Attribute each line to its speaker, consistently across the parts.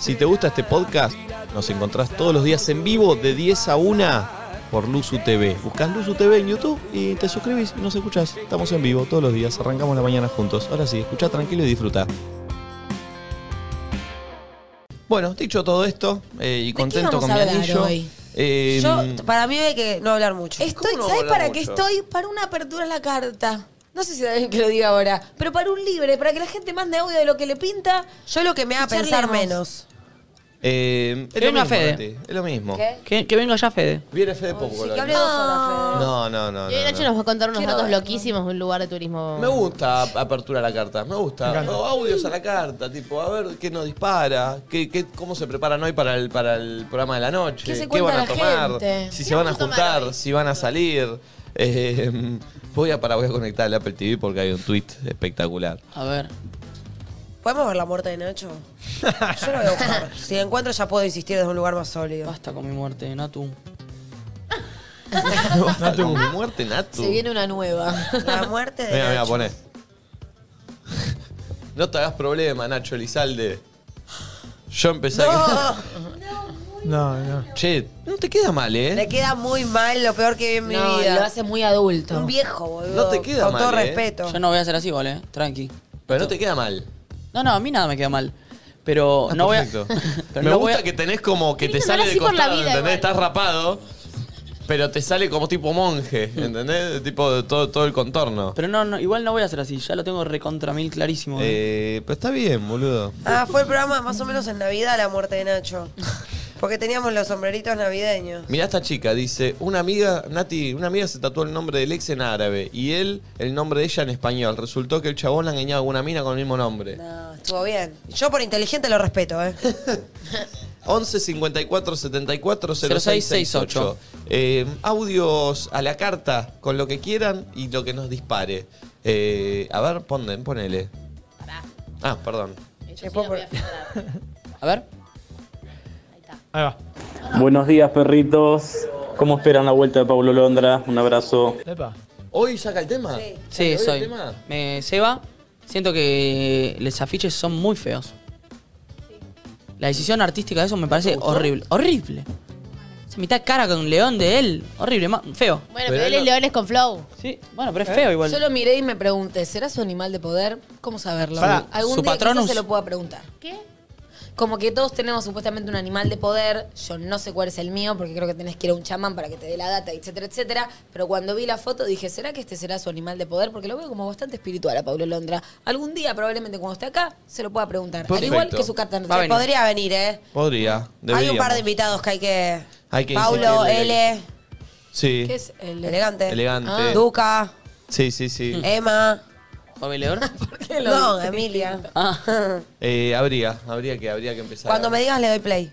Speaker 1: Si te gusta este podcast, nos encontrás todos los días en vivo de 10 a 1 por Luzu TV. Buscás Luzu TV en YouTube y te suscribís y nos escuchás. Estamos en vivo todos los días, arrancamos la mañana juntos. Ahora sí, escuchá tranquilo y disfruta. Bueno, dicho todo esto, eh, y
Speaker 2: qué vamos
Speaker 1: contento con
Speaker 2: a
Speaker 1: mi
Speaker 2: hablar
Speaker 1: anillo.
Speaker 2: hoy?
Speaker 1: eh,
Speaker 3: Yo, para mí hay que no hablar mucho.
Speaker 2: Em, Estoy,
Speaker 1: ¿Cómo no
Speaker 2: ¿Sabes
Speaker 1: hablar
Speaker 2: para qué
Speaker 1: mucho?
Speaker 2: estoy? Para una apertura a la carta. No sé si está bien que lo diga ahora, pero para un libre, para que la gente mande audio de lo que le pinta.
Speaker 3: Yo lo que me haga
Speaker 2: Charlemos.
Speaker 3: pensar menos.
Speaker 1: eh, es, lo
Speaker 4: Venga,
Speaker 1: mismo,
Speaker 4: Fede.
Speaker 1: Nati, es lo mismo.
Speaker 2: ¿Qué?
Speaker 4: Que, que venga ya, Fede.
Speaker 1: Viene Fede Popo.
Speaker 3: Sí,
Speaker 1: con
Speaker 3: que
Speaker 1: la
Speaker 3: hable dos horas, Fede.
Speaker 1: No, no, no.
Speaker 5: Y hoy
Speaker 1: no,
Speaker 5: noche
Speaker 1: no.
Speaker 5: nos va a contar unos
Speaker 2: Quiero
Speaker 5: datos
Speaker 2: verlo.
Speaker 5: loquísimos de un lugar de turismo.
Speaker 1: Me gusta ap- apertura a la carta, me gusta. O audios a la carta, tipo, a ver qué nos dispara, qué, qué- cómo se preparan hoy para el, para el programa de la noche,
Speaker 2: ¿Qué se
Speaker 1: van
Speaker 2: cuenta
Speaker 1: a
Speaker 2: la
Speaker 1: tomar,
Speaker 2: gente?
Speaker 1: si se
Speaker 5: ¿Qué
Speaker 1: van a
Speaker 5: vamos a tomar
Speaker 1: juntar,
Speaker 5: hoy?
Speaker 1: si van a salir. Eh, voy, a, para, voy a conectar el Apple TV porque hay un tweet espectacular.
Speaker 4: A ver.
Speaker 3: ¿Podemos ver la muerte de Nacho? Yo lo voy a buscar. Si la encuentro ya puedo insistir desde un lugar más sólido.
Speaker 4: Basta con mi muerte, Natu.
Speaker 1: Natu. muerte, Natu.
Speaker 5: Se viene una nueva.
Speaker 3: La muerte de
Speaker 1: Venga, venga,
Speaker 3: Nacho.
Speaker 1: poné. No te hagas problema, Nacho Elizalde. Yo empecé a...
Speaker 6: No, no.
Speaker 1: Che, no te queda mal, ¿eh?
Speaker 3: Le queda muy mal, lo peor que vi en mi
Speaker 5: No,
Speaker 3: vida.
Speaker 5: lo hace muy adulto.
Speaker 3: Un viejo, boludo.
Speaker 1: No te queda
Speaker 3: Con
Speaker 1: mal,
Speaker 3: todo
Speaker 1: eh.
Speaker 3: respeto.
Speaker 4: Yo no voy a ser así, ¿vale? Tranqui.
Speaker 1: Pero no te queda mal.
Speaker 4: No, no, a mí nada me queda mal. Pero
Speaker 1: Ah,
Speaker 4: no voy a.
Speaker 1: perfecto.
Speaker 4: pero
Speaker 1: Me
Speaker 4: no voy
Speaker 1: gusta
Speaker 4: a-
Speaker 1: que tenés como que te
Speaker 5: Queriendo
Speaker 1: sale
Speaker 5: andar
Speaker 1: de
Speaker 5: así por la
Speaker 1: costado,
Speaker 5: vida
Speaker 1: ¿entendés?
Speaker 5: igual.
Speaker 1: Estás rapado, pero te sale como tipo monje, ¿entendés? Tipo de todo, todo el contorno.
Speaker 4: Pero no, no, igual no voy a ser así. Ya lo tengo recontra mil clarísimo. ¿eh?
Speaker 1: Eh, pero está bien, boludo.
Speaker 3: Ah, fue el programa más o menos en Navidad la muerte de Nacho. Porque teníamos los sombreritos navideños.
Speaker 1: Mirá esta chica, dice, una amiga, Nati, una amiga se tatuó el nombre del ex en árabe y él el nombre de ella en español. Resultó que el chabón la engañaba a una mina con el mismo nombre.
Speaker 3: No, estuvo bien. Yo por inteligente lo respeto, ¿eh?
Speaker 1: 11 54 74 06
Speaker 4: 0668.
Speaker 1: 68. Eh, audios a la carta con lo que quieran y lo que nos dispare. Eh, a ver, ponen, ponele. Ah, perdón.
Speaker 5: Yo sí la voy a filtrar.
Speaker 4: A ver.
Speaker 6: Ahí va.
Speaker 7: Buenos días, perritos. ¿Cómo esperan la vuelta de Pablo Londra? Un abrazo.
Speaker 6: Epa.
Speaker 1: ¿Hoy saca el tema?
Speaker 3: Sí.
Speaker 4: Sí,
Speaker 1: ¿Hoy el
Speaker 4: soy.
Speaker 1: tema?
Speaker 4: Me Seba, siento que los afiches son muy feos. La decisión artística de eso me parece horrible. Horrible. Esa mitad cara con león de él. Horrible, ma- feo.
Speaker 5: Bueno, pero él es leones con flow.
Speaker 4: Sí, bueno, pero es feo igual.
Speaker 8: Yo lo miré y me pregunté, ¿será su animal de poder? ¿Cómo saberlo?
Speaker 6: Pará,
Speaker 8: Algún
Speaker 4: su
Speaker 8: día
Speaker 4: patronus-
Speaker 8: quizás se lo pueda preguntar.
Speaker 5: ¿Qué?
Speaker 8: Como que todos tenemos supuestamente un animal de poder, yo no sé cuál es el mío, porque creo que tenés que ir a un chamán para que te dé la data, etcétera, etcétera. Pero cuando vi la foto dije, ¿será que este será su animal de poder? Porque lo veo como bastante espiritual a Pablo Londra. Algún día, probablemente cuando esté acá, se lo pueda preguntar. Al
Speaker 1: Perfecto.
Speaker 8: igual que su carta
Speaker 4: Va a
Speaker 8: natal.
Speaker 4: venir.
Speaker 3: Podría venir, ¿eh?
Speaker 1: Podría.
Speaker 3: Hay un par
Speaker 1: deberíamos.
Speaker 3: de invitados que hay que.
Speaker 1: Hay que
Speaker 3: Paulo,
Speaker 1: insistirle.
Speaker 3: L,
Speaker 1: Sí.
Speaker 8: ¿Qué es el
Speaker 3: elegante.
Speaker 1: Elegante.
Speaker 4: Ah.
Speaker 3: Duca,
Speaker 1: Sí, sí, sí.
Speaker 3: Mm. Emma.
Speaker 4: Joven león.
Speaker 3: No, Emilia.
Speaker 4: Ah,
Speaker 1: Eh, habría, habría que, habría que empezar.
Speaker 3: Cuando me digas le doy play.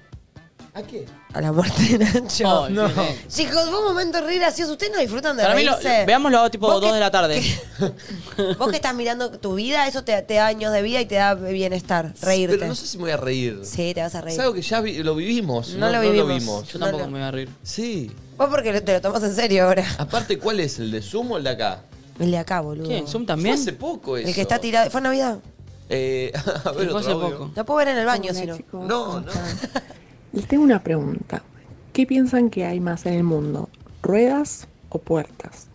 Speaker 1: ¿A qué?
Speaker 3: A la muerte de Nacho.
Speaker 4: no.
Speaker 3: Chicos, fue un momento re gracioso. Ustedes no disfrutan de
Speaker 4: Para mí, lo-
Speaker 3: reírse?
Speaker 4: veámoslo tipo
Speaker 3: Vos
Speaker 4: 2
Speaker 3: que-
Speaker 4: de la tarde.
Speaker 3: Vos que estás mirando tu vida, eso te, te da años de vida y te da bienestar. Reírte.
Speaker 1: Pero no sé si me voy a reír.
Speaker 3: Sí, te vas a
Speaker 1: Es
Speaker 3: reír.
Speaker 1: algo que ya vi- lo vivimos.
Speaker 3: No lo vivimos.
Speaker 4: Yo tampoco me voy a reír.
Speaker 1: Sí.
Speaker 3: Vos porque te lo tomas en serio ahora.
Speaker 1: Aparte, ¿cuál es? ¿El de Zoom o el de acá?
Speaker 3: El de acá, boludo.
Speaker 4: ¿Quién? ¿Zoom
Speaker 1: Fue
Speaker 4: también?
Speaker 1: hace poco eso.
Speaker 3: El que está tirado. ¿Fue en Navidad?
Speaker 1: Eh, a ver,
Speaker 4: Sí, fue
Speaker 1: otro
Speaker 4: hace
Speaker 1: audio.
Speaker 4: poco.
Speaker 3: Lo puedo ver en el baño,
Speaker 9: Hola,
Speaker 3: si no.
Speaker 9: chicos,
Speaker 1: No,
Speaker 9: ¿cómo
Speaker 1: no.
Speaker 9: están? Les tengo una pregunta. ¿Qué piensan que hay más en el mundo? ¿Ruedas o puertas?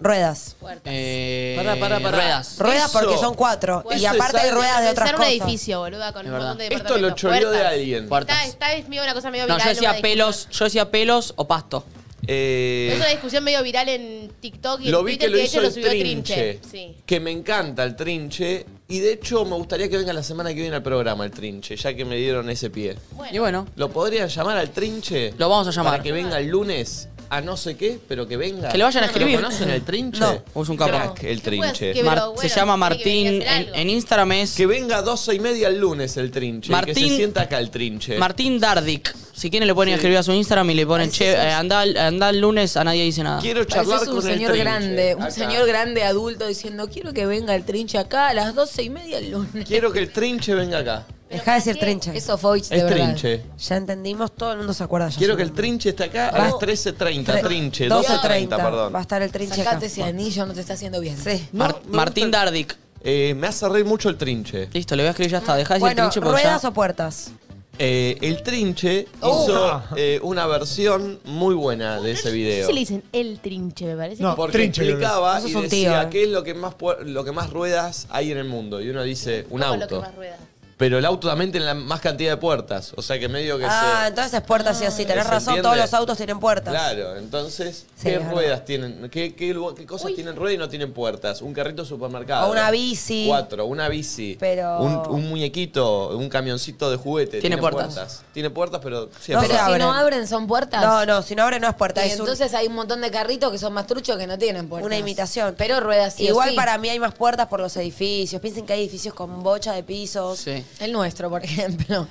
Speaker 3: Ruedas.
Speaker 4: Eh,
Speaker 1: Pará, pará, pará.
Speaker 4: Ruedas.
Speaker 3: Ruedas
Speaker 1: Eso.
Speaker 3: porque son cuatro.
Speaker 1: Eso
Speaker 3: Y aparte
Speaker 1: es
Speaker 3: hay
Speaker 1: algo-
Speaker 4: Ah,
Speaker 3: ruedas de otras
Speaker 5: Pensar un
Speaker 3: cosas.
Speaker 5: edificio, boluda, con
Speaker 4: Es
Speaker 5: un
Speaker 4: verdad.
Speaker 5: montón
Speaker 1: Esto
Speaker 5: de
Speaker 1: lo
Speaker 5: departamentos,
Speaker 1: choreó de
Speaker 5: puertas.
Speaker 1: alguien.
Speaker 4: Puertas.
Speaker 5: Está, está es medio una cosa medio
Speaker 4: No,
Speaker 5: viral.
Speaker 4: yo
Speaker 5: una
Speaker 4: decía
Speaker 5: discusión.
Speaker 4: pelos, yo decía pelos o pasto.
Speaker 1: Eh,
Speaker 5: Es una discusión medio viral en TikTok y en
Speaker 1: lo vi que
Speaker 5: Twitter
Speaker 1: lo
Speaker 5: de
Speaker 1: hizo
Speaker 5: hecho lo
Speaker 1: el
Speaker 5: subió
Speaker 1: trinche.
Speaker 5: Trinche. Sí.
Speaker 1: Que me encanta el trinche. Y de hecho, me gustaría que venga la semana que viene al programa el trinche, ya que me dieron ese pie.
Speaker 4: Y bueno,
Speaker 1: ¿Lo podrían llamar al trinche?
Speaker 4: Lo vamos a llamar.
Speaker 1: Para que venga el lunes a no sé qué, pero que venga.
Speaker 4: Que le vayan a escribir.
Speaker 1: ¿Lo conocen el trinche?
Speaker 4: No. Es un capo.
Speaker 1: Crack, el
Speaker 5: ¿Qué puedes-
Speaker 1: trinche.
Speaker 5: qué- Pero
Speaker 4: Mar-
Speaker 5: bueno,
Speaker 4: se llama
Speaker 5: tiene que venir
Speaker 4: Martín.
Speaker 5: a hacer
Speaker 4: En,
Speaker 5: algo.
Speaker 4: en Instagram es
Speaker 1: Que venga a 12 y media el lunes el trinche. y Que se
Speaker 4: Martín-
Speaker 1: sienta acá el trinche.
Speaker 4: Martín Dardic. Si quieren le ponen a escribir a su Instagram y le ponen, che, eh, andá, el- andá el lunes, a nadie dice nada.
Speaker 1: Quiero charlar
Speaker 8: Pareces
Speaker 1: con
Speaker 8: un
Speaker 1: el
Speaker 8: señor
Speaker 1: Trinche,
Speaker 8: grande, un
Speaker 1: acá.
Speaker 8: señor grande adulto diciendo quiero que venga el trinche acá a las doce y media el lunes.
Speaker 1: Quiero que el trinche venga acá.
Speaker 3: Deja de decir trinche.
Speaker 8: Eso fue de
Speaker 1: Es
Speaker 8: verdad.
Speaker 1: trinche.
Speaker 3: Ya entendimos, todo el mundo se acuerda. ya.
Speaker 1: Quiero que el trinche esté acá a las
Speaker 3: Va-
Speaker 1: 13.30.
Speaker 3: Tre-
Speaker 1: Trinche, 12.30,
Speaker 3: 12:30,
Speaker 1: perdón.
Speaker 3: Va a estar el trinche acá.
Speaker 8: Sacate ese anillo, no te está haciendo bien.
Speaker 3: Sí.
Speaker 1: No,
Speaker 4: Mar-
Speaker 1: me gusta
Speaker 4: Martín
Speaker 1: el-
Speaker 4: Dardic.
Speaker 1: Eh, me hace reír mucho el trinche.
Speaker 4: Listo, le voy a escribir ya está. Dejá de decir
Speaker 3: Bueno,
Speaker 8: pues
Speaker 4: trinche porque
Speaker 3: ruedas
Speaker 4: ya-
Speaker 3: o puertas.
Speaker 1: Eh, el Trinche
Speaker 6: Oh.
Speaker 1: hizo eh, una versión muy buena de ese video.
Speaker 5: se le dicen el trinche, me parece.
Speaker 6: No.
Speaker 1: Porque
Speaker 6: Trinche,
Speaker 1: explicaba y
Speaker 3: creo que es. Eso es un
Speaker 1: decía
Speaker 3: tío, eh.
Speaker 1: qué es lo que más pu- lo que más ruedas hay en el mundo. Y uno dice, un
Speaker 5: Como lo que
Speaker 1: auto.
Speaker 5: más rueda.
Speaker 1: Pero el auto también tiene la más cantidad de puertas. O sea que medio que
Speaker 3: Ah,
Speaker 1: se.
Speaker 3: entonces es puertas y así. Tenés
Speaker 1: ¿Se
Speaker 3: razón,
Speaker 1: entiende?
Speaker 3: todos los autos tienen puertas.
Speaker 1: Claro, entonces,
Speaker 3: Sí,
Speaker 1: ¿qué
Speaker 3: es verdad.
Speaker 1: ruedas tienen? ¿Qué, qué lu- qué cosas tienen ruedas y no tienen puertas? Un carrito de supermercado.
Speaker 3: O una bici.
Speaker 1: Cuatro, una bici.
Speaker 3: Pero-
Speaker 1: Un, un muñequito, un camioncito de juguete.
Speaker 4: Tiene puertas.
Speaker 1: Tiene puertas, pero
Speaker 8: No,
Speaker 1: siempre.
Speaker 3: se
Speaker 8: pero si no
Speaker 3: abren.
Speaker 8: abren son puertas.
Speaker 3: No, no, si no abre no es puerta.
Speaker 8: Y
Speaker 3: es un-
Speaker 8: entonces hay un montón de carritos que son más truchos que no tienen puertas.
Speaker 3: Una imitación.
Speaker 8: Pero ruedas sí o
Speaker 3: Igual
Speaker 8: sí.
Speaker 3: para mí hay más puertas por los edificios. Piensen que hay edificios con bocha de pisos.
Speaker 4: Sí.
Speaker 8: El nuestro, por ejemplo.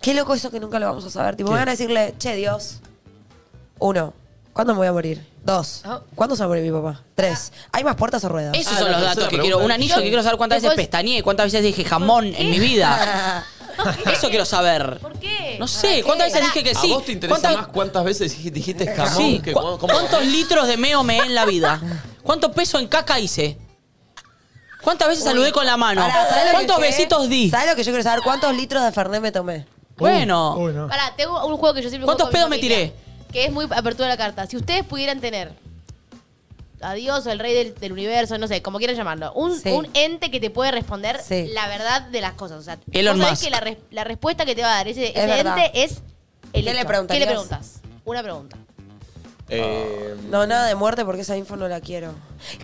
Speaker 3: Qué loco eso que nunca lo vamos a saber. Tipo, me van a decirle, che, Dios. Uno, ¿cuándo me voy a morir? Dos,
Speaker 8: Ah.
Speaker 3: ¿cuándo se va a morir mi papá? Tres, ¿hay más puertas o ruedas?
Speaker 4: Esos
Speaker 1: Ah,
Speaker 4: son
Speaker 1: la
Speaker 4: los
Speaker 1: tercera
Speaker 4: datos que
Speaker 1: pregunta.
Speaker 4: quiero. Un anillo
Speaker 5: Sí.
Speaker 4: que quiero saber cuántas veces
Speaker 5: Después-
Speaker 4: pestañé y cuántas veces dije jamón en mi vida. Eso quiero saber.
Speaker 5: ¿Por qué?
Speaker 4: No sé, ¿cuántas veces
Speaker 5: Pará.
Speaker 4: dije que
Speaker 1: ¿A
Speaker 4: sí?
Speaker 1: vos te interesa
Speaker 4: ¿Cuántas-
Speaker 1: más cuántas veces dij- dijiste jamón
Speaker 4: Sí.
Speaker 1: que
Speaker 4: ¿Cu-
Speaker 1: cu- cómo-
Speaker 4: ¿Cuántos litros de meo meé en la vida? ¿Cuánto peso en caca hice? ¿Cuántas veces saludé con la
Speaker 1: Ah,
Speaker 4: mano?
Speaker 3: Pará, ¿sabés lo que
Speaker 4: ¿Cuántos
Speaker 3: quedé?
Speaker 4: besitos di?
Speaker 3: ¿Sabes lo que yo quiero saber? ¿Cuántos litros de Fernet me tomé?
Speaker 4: Bueno.
Speaker 6: Uy, no.
Speaker 5: Pará, tengo un juego que yo siempre
Speaker 4: ¿Cuántos
Speaker 5: juego con mi
Speaker 4: pedos me
Speaker 5: familia, Que es muy apertura de la carta. Si ustedes pudieran tener a Dios o el rey del, del universo, no sé, como quieran llamarlo, un,
Speaker 3: Sí.
Speaker 5: un ente que te puede responder
Speaker 3: Sí.
Speaker 5: la verdad de las cosas. O sea,
Speaker 4: Elon
Speaker 5: vos sabés
Speaker 4: Musk.
Speaker 5: que la, res- la respuesta que te va a dar ese, ese
Speaker 3: verdad.
Speaker 5: ente es el
Speaker 3: ¿Qué le
Speaker 5: hecho.
Speaker 3: preguntarías?
Speaker 5: ¿Qué le preguntas? Una pregunta.
Speaker 1: Eh,
Speaker 3: No, nada de muerte porque esa info no la quiero.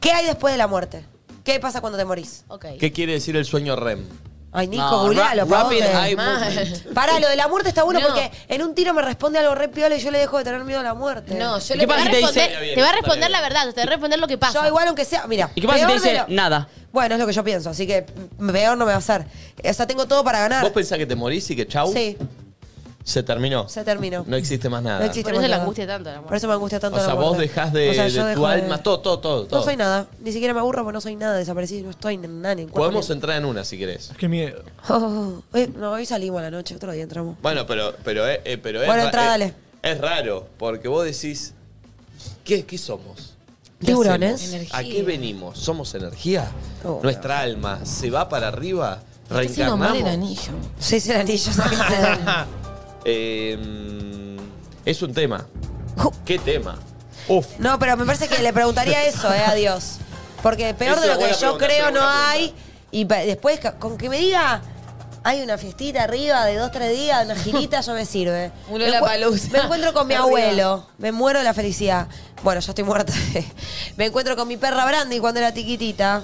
Speaker 3: ¿Qué hay después de la muerte? ¿Qué pasa cuando te morís?
Speaker 5: Ok.
Speaker 1: ¿Qué quiere decir el sueño REM?
Speaker 3: Ay, Nico,
Speaker 4: No,
Speaker 3: googlealo,
Speaker 1: ra-
Speaker 3: ¿para
Speaker 1: rapid
Speaker 3: dónde?
Speaker 1: eye
Speaker 3: Mal.
Speaker 1: movement.
Speaker 3: Pará, lo de la muerte está bueno
Speaker 8: No.
Speaker 3: porque en un tiro me responde algo re piola y yo le dejo de tener miedo a la muerte.
Speaker 8: No, yo
Speaker 4: ¿Y
Speaker 8: le
Speaker 4: qué pasa si te dice-
Speaker 5: Responder- te va a responder la verdad, te va a responder lo que pasa.
Speaker 3: Yo igual aunque sea, mira.
Speaker 4: ¿Y qué pasa si te
Speaker 3: peor me
Speaker 4: dice
Speaker 3: lo-
Speaker 4: nada?
Speaker 3: Bueno, es lo que yo pienso, así que mm, peor no me va a hacer. O sea, tengo todo para ganar.
Speaker 1: ¿Vos pensás que te morís y que chau?
Speaker 3: Sí,
Speaker 1: Se terminó.
Speaker 3: se terminó.
Speaker 1: No existe más nada.
Speaker 3: No existe
Speaker 5: Por eso
Speaker 3: más
Speaker 5: la
Speaker 3: nada.
Speaker 5: angustia tanto, la muerte.
Speaker 3: Por eso me angustia tanto
Speaker 1: O sea,
Speaker 3: la
Speaker 1: vos
Speaker 3: muerte.
Speaker 1: dejás de,
Speaker 3: O sea,
Speaker 1: de
Speaker 3: yo
Speaker 1: tu
Speaker 3: dejo de-
Speaker 1: alma, todo, todo, todo.
Speaker 3: No
Speaker 1: todo.
Speaker 3: soy nada, ni siquiera me aburro porque no soy nada, desaparecí, no estoy en nada. En cuerpo
Speaker 1: Podemos
Speaker 3: ni-
Speaker 1: entrar en una si querés.
Speaker 6: Qué miedo.
Speaker 3: Oh, eh, no, hoy salimos a la noche, otro día entramos.
Speaker 1: Bueno, pero, pero, eh, eh, pero es,
Speaker 3: Bueno,
Speaker 1: ra-
Speaker 3: entrá,
Speaker 1: eh,
Speaker 3: dale.
Speaker 1: es raro, porque vos decís, ¿qué, qué somos? ¿Qué
Speaker 3: Tiburones.
Speaker 1: hacemos? ¿A qué venimos? ¿Somos energía?
Speaker 3: Oh.
Speaker 1: ¿Nuestra alma se va para arriba?
Speaker 8: Este es un hombre del
Speaker 1: ¿Reencarnamos?
Speaker 8: anillo.
Speaker 3: Sí, es el anillo.
Speaker 1: Eh, mm, es un tema.
Speaker 3: Uh.
Speaker 1: ¿Qué tema?
Speaker 3: no, pero me parece que le preguntaría eso, eh, a Dios. Porque peor
Speaker 1: Es
Speaker 3: de
Speaker 1: una
Speaker 3: lo que
Speaker 1: buena
Speaker 3: yo
Speaker 1: pregunta,
Speaker 3: creo
Speaker 1: es una
Speaker 3: no
Speaker 1: buena
Speaker 3: hay. Y pa- después, ca- con que me diga, hay una fiestita arriba de dos, tres días, una girita, yo me sirve.
Speaker 8: Un
Speaker 3: me, encu-
Speaker 8: Lollapalooza.
Speaker 3: me encuentro con mi
Speaker 8: Arriba.
Speaker 3: abuelo, me muero de la felicidad. Bueno, ya estoy muerta. me encuentro con mi perra Brandy cuando era tiquitita.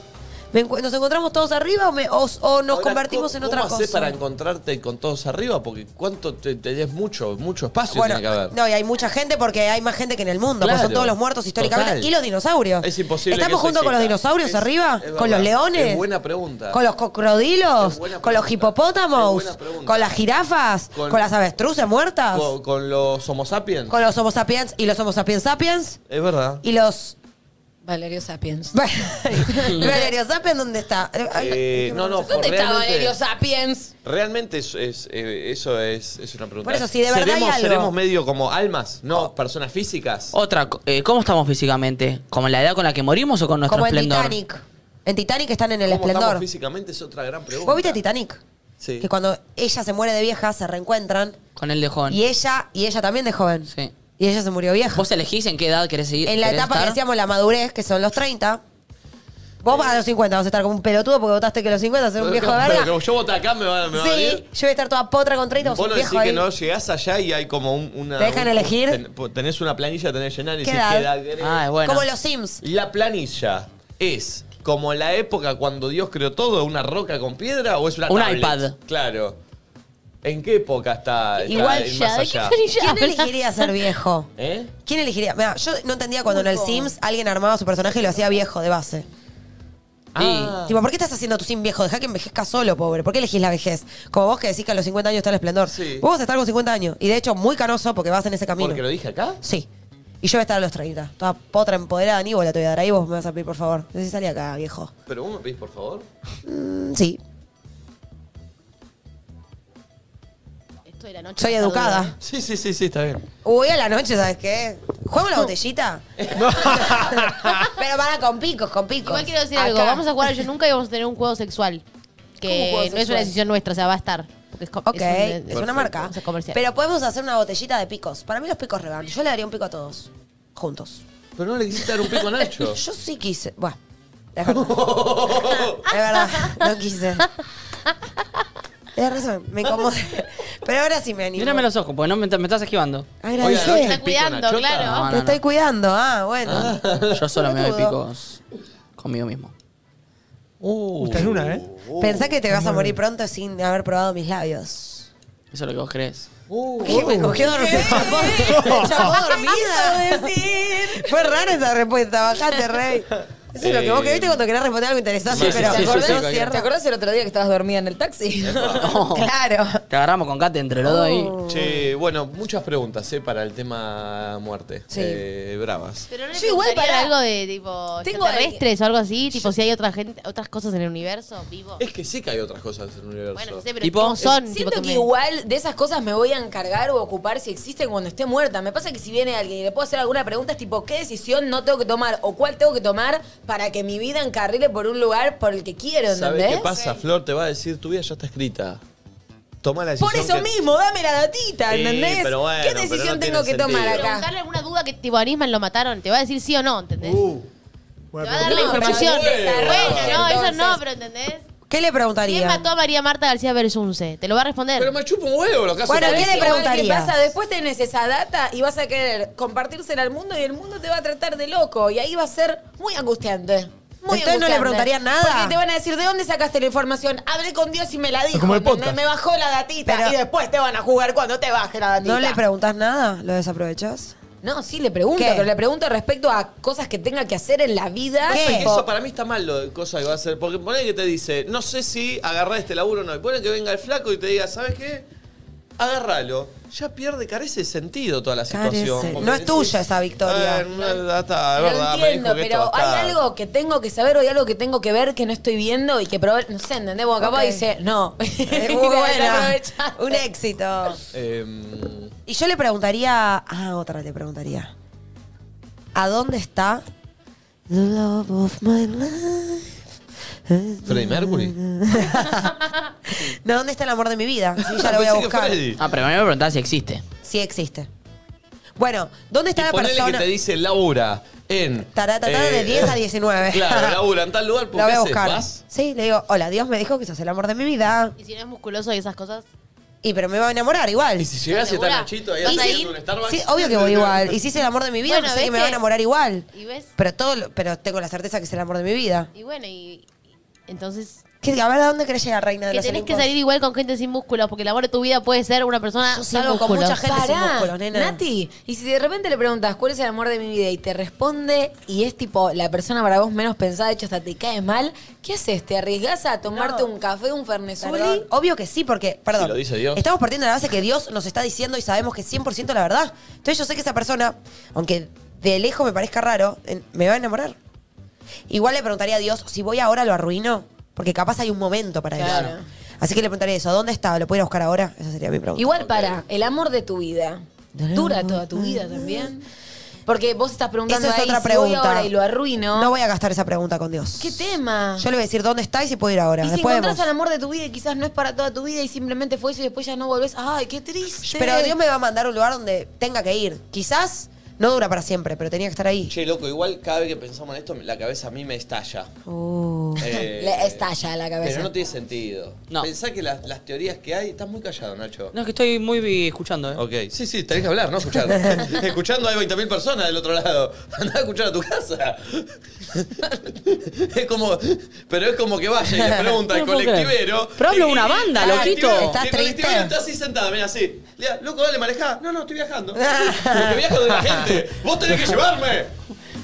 Speaker 3: Me encu- ¿Nos encontramos todos arriba o, me- o- o nos
Speaker 1: Ahora,
Speaker 3: convertimos
Speaker 1: ¿cómo-
Speaker 3: en otra
Speaker 1: ¿cómo
Speaker 3: cosa?
Speaker 1: hacés para encontrarte con todos arriba? Porque cuánto te, tenés mucho, mucho espacio
Speaker 3: Bueno,
Speaker 1: tiene que haber.
Speaker 3: no, y hay mucha gente porque hay más gente que en el mundo,
Speaker 1: Claro.
Speaker 3: porque son todos los muertos históricamente.
Speaker 1: Total.
Speaker 3: Y los dinosaurios.
Speaker 1: Es imposible.
Speaker 3: ¿Estamos
Speaker 1: que eso
Speaker 3: juntos con los
Speaker 1: exista.
Speaker 3: dinosaurios
Speaker 1: Es-
Speaker 3: arriba?
Speaker 1: es
Speaker 3: ¿Con los
Speaker 1: verdad.
Speaker 3: leones?
Speaker 1: Es buena pregunta.
Speaker 3: ¿Con los
Speaker 1: Es
Speaker 3: cocrodilos?
Speaker 1: buena
Speaker 3: ¿Con los
Speaker 1: pregunta. Es
Speaker 3: hipopótamos?
Speaker 1: buena pregunta.
Speaker 3: ¿Con las jirafas?
Speaker 1: Con-
Speaker 3: ¿Con, las avestruces muertas? Con,
Speaker 1: con, con los Homo sapiens.
Speaker 3: los homo sapiens y los homo sapiens sapiens?
Speaker 1: Es verdad.
Speaker 3: ¿Y los...
Speaker 8: Valerio Sapiens.
Speaker 3: Valerio sapiens dónde está? Ay,
Speaker 1: Eh,
Speaker 3: ay,
Speaker 1: no, no,
Speaker 8: ¿Dónde está
Speaker 1: realmente-
Speaker 3: eh,
Speaker 8: Valerio Sapiens?
Speaker 1: Realmente es, es, eh, eso es, es una pregunta.
Speaker 3: Por eso, si de verdad
Speaker 1: ¿Seremos,
Speaker 3: hay algo. Oh.
Speaker 1: seremos medio como almas, no personas físicas?
Speaker 4: Otra, co- eh, ¿cómo estamos físicamente? ¿Como la edad con la que morimos o con nuestro
Speaker 3: Como en
Speaker 4: esplendor?
Speaker 3: Titanic. En Titanic están en el
Speaker 1: ¿Cómo estamos
Speaker 3: esplendor.
Speaker 1: físicamente? Es otra gran pregunta.
Speaker 3: ¿Vos viste Titanic?
Speaker 1: Sí.
Speaker 3: Que cuando ella se muere de vieja, se reencuentran.
Speaker 4: Con el de joven.
Speaker 3: Y ella, y ella también de joven.
Speaker 4: Sí.
Speaker 3: Y ella se murió vieja.
Speaker 4: ¿Vos elegís en qué edad querés seguir?
Speaker 3: en la
Speaker 4: querés
Speaker 3: etapa que
Speaker 4: estar?
Speaker 3: decíamos la madurez, que son los 30. Vos vas a los 50, vas a estar como un pelotudo porque votaste que los 50 sos un viejo de
Speaker 1: Pero
Speaker 3: verga.
Speaker 1: como yo voté acá, me va, me va a
Speaker 3: Sí,
Speaker 1: venir.
Speaker 3: yo voy a estar toda potra con 30, vos
Speaker 1: Vos
Speaker 3: sos
Speaker 1: no
Speaker 3: un
Speaker 1: decís
Speaker 3: viejo
Speaker 1: que
Speaker 3: ahí.
Speaker 1: no llegás allá y hay como un- una.
Speaker 3: ¿Te dejan
Speaker 1: un-
Speaker 3: elegir?
Speaker 1: ten- tenés una planilla, que tenés que llenar y
Speaker 3: ¿Qué
Speaker 1: decís qué
Speaker 3: edad?
Speaker 1: edad querés.
Speaker 4: Ah, es bueno.
Speaker 3: Como los Sims.
Speaker 1: La planilla es como la época cuando Dios creó todo, una roca con piedra o es una
Speaker 4: Un
Speaker 1: tablet?
Speaker 4: iPad.
Speaker 1: Claro. ¿En qué época está, está
Speaker 5: Igual
Speaker 1: el
Speaker 5: ya,
Speaker 1: más
Speaker 5: ¿de qué
Speaker 1: allá?
Speaker 5: planilla?
Speaker 3: ¿Quién
Speaker 5: habla?
Speaker 3: elegiría ser viejo?
Speaker 1: ¿Eh?
Speaker 3: ¿Quién elegiría? Mirá, yo no entendía cuando en el Sims alguien armaba su personaje y lo hacía viejo de base.
Speaker 4: Ah.
Speaker 3: Tipo, ¿por qué estás haciendo tu sim viejo? Deja que envejezca solo, pobre. ¿Por qué elegís la vejez? Como vos que decís que a los 50 años está el esplendor.
Speaker 1: Sí.
Speaker 3: Vos vas a estar con 50 años. Y de hecho, muy canoso porque vas en ese camino.
Speaker 1: ¿Porque lo dije acá?
Speaker 3: Sí. Y yo voy a estar a los 30. Toda potra empoderada, ni bola te voy a dar. Ahí vos me vas a pedir, por favor. Decís, salí acá, viejo.
Speaker 1: ¿Pero vos me pedís, por favor?
Speaker 3: Mm, sí.
Speaker 5: Esto de la noche
Speaker 3: Soy
Speaker 5: está duro,
Speaker 3: educada.
Speaker 5: ¿eh?
Speaker 1: Sí, sí, sí, sí, está bien.
Speaker 3: Uy, a la noche, ¿sabes qué? ¿Jugamos la botellita? Pero van a con picos, con picos.
Speaker 5: Igual quiero decir
Speaker 3: Acá.
Speaker 5: algo. Vamos a jugar a Yo Nunca y vamos a tener un juego sexual.
Speaker 3: ¿Cómo
Speaker 5: Que
Speaker 3: juego
Speaker 5: no es
Speaker 3: sexual?
Speaker 5: una decisión nuestra, o sea, va a estar. Porque porque es, co-
Speaker 3: Ok,
Speaker 5: es
Speaker 3: es,
Speaker 5: un-
Speaker 3: una marca.
Speaker 5: es comercial.
Speaker 3: Pero podemos hacer una botellita de picos. Para mí los picos reban. Yo le daría un pico a todos. Juntos.
Speaker 1: Pero no le quisiste dar un pico a Nacho.
Speaker 3: Yo sí quise. Bueno, es verdad. Ah, es verdad, no quise. Tienes razón, me incomodé. Pero ahora sí me animo.
Speaker 4: Mírame los ojos, porque no me, me estás esquivando.
Speaker 3: Agradecé.
Speaker 1: Oye,
Speaker 5: Está
Speaker 1: Pico
Speaker 5: cuidando,
Speaker 1: Nachota.
Speaker 5: claro.
Speaker 4: No,
Speaker 3: Te
Speaker 4: no,
Speaker 3: estoy
Speaker 4: no.
Speaker 3: cuidando. Ah, bueno.
Speaker 4: Yo solo me doy
Speaker 3: Boludo.
Speaker 4: picos conmigo mismo.
Speaker 1: Uh,
Speaker 6: Está en una, ¿eh?
Speaker 3: Pensá que te vas a morir pronto sin haber probado mis labios.
Speaker 4: Eso es lo que vos crees.
Speaker 1: Uh.
Speaker 3: ¿Qué? Me cogió dormida. Me chapó, me chapó dormida. Fue rara esa respuesta. Bajate, rey. Eso es lo que vos
Speaker 1: Eh,
Speaker 3: que viste cuando querés responder algo interesante,
Speaker 4: sí, sí,
Speaker 3: pero
Speaker 4: sí, sí,
Speaker 3: ¿te acordás?
Speaker 4: sí,
Speaker 3: No
Speaker 4: sí,
Speaker 3: es cierto.
Speaker 2: ¿Te acordás el otro día que estabas dormida en el taxi?
Speaker 4: No.
Speaker 3: Claro.
Speaker 4: Te agarramos con Kate entre los dos ahí.
Speaker 1: Che, bueno, muchas preguntas ¿eh? para el tema muerte.
Speaker 3: Sí.
Speaker 1: Eh, bravas.
Speaker 5: Pero no le
Speaker 2: Yo igual
Speaker 5: preguntaría
Speaker 2: para-
Speaker 5: algo de tipo
Speaker 2: Tengo
Speaker 5: extraterrestres o algo así, tipo si hay otra gente, otras cosas en el universo vivo.
Speaker 1: Es que sí que hay otras cosas en el universo.
Speaker 5: Bueno, no sé, pero
Speaker 4: Tipo-
Speaker 5: ¿cómo son? Tipo,
Speaker 8: Siento que,
Speaker 5: me-
Speaker 8: igual de esas cosas me voy a encargar o ocupar si existen cuando esté muerta. Me pasa que si viene alguien y le puedo hacer alguna pregunta es tipo, ¿qué decisión no tengo que tomar o cuál tengo que tomar para que mi vida encarrile por un lugar por el que quiero,
Speaker 1: ¿Sabes
Speaker 8: ¿entendés?
Speaker 1: qué pasa? Flor te va a decir, tu vida ya está escrita. Toma la decisión.
Speaker 8: Por eso
Speaker 1: que-
Speaker 8: mismo, dame la datita,
Speaker 1: Sí,
Speaker 8: ¿entendés?
Speaker 1: pero bueno,
Speaker 8: ¿Qué
Speaker 1: pero no
Speaker 8: decisión
Speaker 1: tiene
Speaker 8: tengo que tomar
Speaker 1: sentido.
Speaker 8: acá?
Speaker 5: preguntarle alguna duda que tipo a Nisman lo mataron, te va a decir sí o no, ¿entendés? te
Speaker 6: Buena
Speaker 5: va a dar la
Speaker 6: pregunta.
Speaker 5: información.
Speaker 1: bueno,
Speaker 5: Bueno, no, eso
Speaker 8: entonces.
Speaker 5: no, pero ¿entendés?
Speaker 3: ¿Qué le
Speaker 5: ¿Quién
Speaker 3: preguntaría?
Speaker 5: mató a María Marta García Bersunce? Te lo va a responder.
Speaker 1: Pero me chupa un huevo lo que hace
Speaker 3: Bueno,
Speaker 1: Mauricio.
Speaker 3: ¿qué le
Speaker 8: Igual, ¿Qué
Speaker 3: preguntarías?
Speaker 8: pasa? Después tenés esa data y vas a querer compartírsela al mundo y el mundo te va a tratar de loco. Y ahí va a ser muy angustiante.
Speaker 3: Entonces no
Speaker 8: Muy
Speaker 3: le
Speaker 8: angustiante.
Speaker 3: preguntaría nada.
Speaker 8: Porque te van a decir, ¿de dónde sacaste la información? Hablé con Dios y me la dijo.
Speaker 6: Como el
Speaker 8: ¿entendés?
Speaker 6: podcast.
Speaker 8: Me bajó la datita.
Speaker 3: Pero-
Speaker 8: y después te van a jugar cuando te baje la datita.
Speaker 3: ¿No le preguntás nada? ¿Lo desaprovechás?
Speaker 8: No, sí le pregunto,
Speaker 3: ¿Qué?
Speaker 8: pero le pregunto respecto a cosas que tenga que hacer en la vida.
Speaker 3: ¿Qué?
Speaker 1: Que Eso para mí está mal lo de cosa que va a hacer. Porque ponen que te dice, no sé si agarrar este laburo o no. Y ponen que venga el flaco y te diga, ¿sabes qué? Agárralo. Ya pierde, carece de sentido toda la
Speaker 3: Carece.
Speaker 1: situación. Porque
Speaker 3: No es
Speaker 1: decís,
Speaker 3: tuya esa victoria.
Speaker 1: "Eh, no, ya está, es
Speaker 8: Lo
Speaker 1: verdad, me
Speaker 8: entiendo,
Speaker 1: dijo que
Speaker 8: pero
Speaker 1: esto va a
Speaker 8: hay
Speaker 1: estar".
Speaker 8: algo que tengo que saber o hay algo que tengo que ver que no estoy viendo y que probar, no sé, ¿entendés? Porque capaz
Speaker 3: Ok.
Speaker 8: dice, no.
Speaker 3: Es
Speaker 8: Y
Speaker 3: muy
Speaker 8: la
Speaker 3: buena. Eh,
Speaker 8: desaprovechaste.
Speaker 3: Un éxito.
Speaker 1: Em,
Speaker 3: Y yo le preguntaría. Ah, otra le preguntaría. ¿A dónde está? The love of my life.
Speaker 1: Freddie Mercury.
Speaker 3: No, ¿dónde está el amor de mi vida? Sí, ya lo voy
Speaker 1: Pensé
Speaker 3: a
Speaker 1: que
Speaker 3: buscar.
Speaker 1: Freddy.
Speaker 4: Ah, pero me voy a preguntar si existe.
Speaker 3: Sí existe. Bueno, ¿dónde está
Speaker 1: Y
Speaker 3: la
Speaker 1: ponele
Speaker 3: persona?
Speaker 1: que te dice labura en. eh,
Speaker 3: Taratatá, de 10 a 19.
Speaker 1: Claro, labura en tal lugar,
Speaker 3: La
Speaker 1: porque
Speaker 3: voy a
Speaker 1: haces
Speaker 3: buscar.
Speaker 1: ¿Vas?
Speaker 3: Sí, le digo, hola, Dios me dijo que sos el amor de mi vida.
Speaker 5: Y si no es musculoso y esas cosas.
Speaker 3: Y pero me va a enamorar igual.
Speaker 1: Y si llegas y está
Speaker 5: ¿Segura?
Speaker 1: Nachito ahí
Speaker 5: ¿Vas a
Speaker 1: haciendo
Speaker 5: ir?
Speaker 1: un Starbucks.
Speaker 3: Sí, obvio que voy igual. Y si es el amor de mi vida, pues
Speaker 5: Bueno,
Speaker 3: sé
Speaker 5: ¿ves
Speaker 3: que me va a
Speaker 5: que-
Speaker 3: enamorar igual.
Speaker 5: ¿Y ves?
Speaker 3: Pero todo, lo- pero tengo la certeza que es el amor de mi vida.
Speaker 5: Y bueno, y. y- Entonces,
Speaker 3: ¿Qué, a ver, ¿a dónde querés llegar, reina de
Speaker 5: que
Speaker 3: los
Speaker 5: tenés que
Speaker 3: Olimpos?
Speaker 5: salir igual con gente sin músculos, porque el amor de tu vida puede ser una persona
Speaker 3: Yo
Speaker 5: sin
Speaker 3: salgo con
Speaker 5: músculos.
Speaker 3: mucha gente sin músculos, nena.
Speaker 8: Nati, y si de repente le preguntas cuál es el amor de mi vida y te responde y es tipo la persona para vos menos pensada, de hecho hasta te cae mal, ¿qué haces? ¿Te arriesgas a tomarte un café, un fernesuli?
Speaker 3: Zuli, obvio que sí, porque, perdón,
Speaker 1: Si lo dice Dios.
Speaker 3: estamos partiendo de la base que Dios nos está diciendo y sabemos que es 100% la verdad. Entonces yo sé que esa persona, aunque de lejos me parezca raro, en- me va a enamorar. Igual le preguntaría a Dios, si voy ahora lo arruino, porque capaz hay un momento para eso. Así que le preguntaría eso, ¿dónde está? ¿Lo puedo ir a buscar ahora? Esa sería mi pregunta.
Speaker 8: Igual para el amor de tu vida. Dura toda tu vida también. Porque vos estás preguntando
Speaker 3: Esa es
Speaker 8: ahí,
Speaker 3: otra
Speaker 8: si
Speaker 3: pregunta.
Speaker 8: voy ahora y lo arruino.
Speaker 3: No voy a gastar esa pregunta con Dios.
Speaker 8: ¿Qué tema?
Speaker 3: Yo le voy a decir dónde está y si puedo ir ahora.
Speaker 8: Y si
Speaker 3: Después
Speaker 8: encontrás
Speaker 3: vemos.
Speaker 8: al amor de tu vida y quizás no es para toda tu vida y simplemente fue eso y después ya no volvés. ¡Ay, qué triste!
Speaker 3: Pero Dios me va a mandar a un lugar donde tenga que ir. Quizás no dura para siempre, pero tenía que estar ahí.
Speaker 1: Che, loco, igual cada vez que pensamos en esto, la cabeza a mí me estalla.
Speaker 3: Uh.
Speaker 1: Eh,
Speaker 8: Le estalla la cabeza.
Speaker 1: Pero no tiene sentido.
Speaker 4: No.
Speaker 1: Pensá que las, las teorías que hay, estás muy callado, Nacho.
Speaker 4: No, es que estoy muy vi- escuchando, ¿eh?
Speaker 1: Ok, sí, sí, tenés que hablar, no escuchar. Escuchando hay 20.000 personas del otro lado. Andá a escuchar a tu casa. es como, pero es como que vaya y le pregunta al
Speaker 4: No puedo creer.
Speaker 1: colectivero.
Speaker 4: Pero hablo
Speaker 1: y-
Speaker 4: una banda,
Speaker 1: y-
Speaker 4: loquito.
Speaker 1: y el
Speaker 3: ¿Estás
Speaker 1: colectivero
Speaker 3: triste?
Speaker 1: Está así sentado, mira así. Le da, loco, dale, manejá. No, no, estoy viajando. Porque viajo de la gente. Vos tenés que llevarme.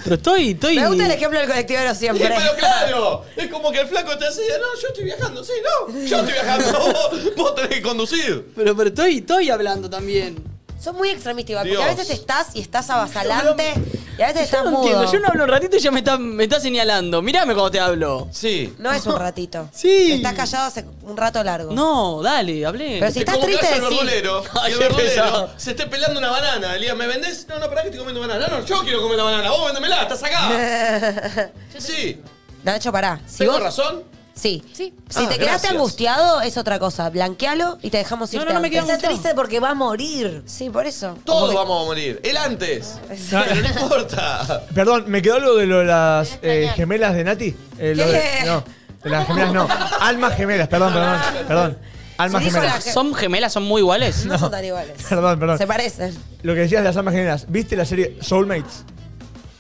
Speaker 4: Pero estoy, estoy.
Speaker 3: Me gusta el ejemplo del colectivero
Speaker 1: Sí,
Speaker 3: siempre.
Speaker 1: pero claro, es como que el flaco te hace, no, yo estoy viajando, sí, no, yo estoy viajando, vos, vos tenés que conducir.
Speaker 4: Pero, pero estoy, estoy hablando también.
Speaker 3: Son muy extremistas, igual, porque a
Speaker 1: Dios.
Speaker 3: veces estás y estás avasalante y a veces estás
Speaker 4: no
Speaker 3: mudo.
Speaker 4: entiendo, yo no hablo un ratito y ya me está, me está señalando. Mirame cuando te hablo.
Speaker 1: Sí.
Speaker 3: No es un ratito.
Speaker 4: Sí.
Speaker 3: Estás callado hace un rato largo.
Speaker 4: No, dale, hablé.
Speaker 3: Pero si estás
Speaker 1: como que
Speaker 3: triste,
Speaker 1: haya el
Speaker 3: decí.
Speaker 1: verdulero, y
Speaker 4: Ay,
Speaker 1: el
Speaker 4: qué
Speaker 1: verdulero
Speaker 4: pesado.
Speaker 1: se esté pelando una banana. Le diga, ¿me vendés? No, no, pará que estoy comiendo banana. No, no, yo quiero comer la banana, vos vendemela, estás acá. sí,
Speaker 3: Nacho, pará. Si
Speaker 1: tengo
Speaker 3: vos,
Speaker 1: razón.
Speaker 3: Sí.
Speaker 5: Sí.
Speaker 3: Si
Speaker 1: Ah,
Speaker 3: te quedaste
Speaker 1: gracias.
Speaker 3: angustiado, es otra cosa. Blanquealo y te dejamos irte.
Speaker 4: no, no me quedé
Speaker 3: antes.
Speaker 8: Está triste porque va a morir.
Speaker 3: Sí, por eso.
Speaker 1: Todos vamos a morir. El antes.
Speaker 6: No,
Speaker 1: Pero no importa.
Speaker 6: Perdón, me quedó algo de lo de
Speaker 5: Te
Speaker 6: las
Speaker 5: voy a
Speaker 6: eh,
Speaker 5: extrañar.
Speaker 6: gemelas de Nati. Eh, lo
Speaker 3: ¿Qué?
Speaker 6: de- no, de las gemelas no. Almas gemelas, perdón, perdón, perdón. Almas
Speaker 3: Sí, dijo
Speaker 6: gemelas.
Speaker 3: la-
Speaker 4: ¿Son gemelas? ¿Son muy iguales?
Speaker 3: No, son tan iguales.
Speaker 6: Perdón, perdón.
Speaker 3: Se parecen.
Speaker 6: Lo que decías de las almas gemelas. ¿Viste la serie Soulmates?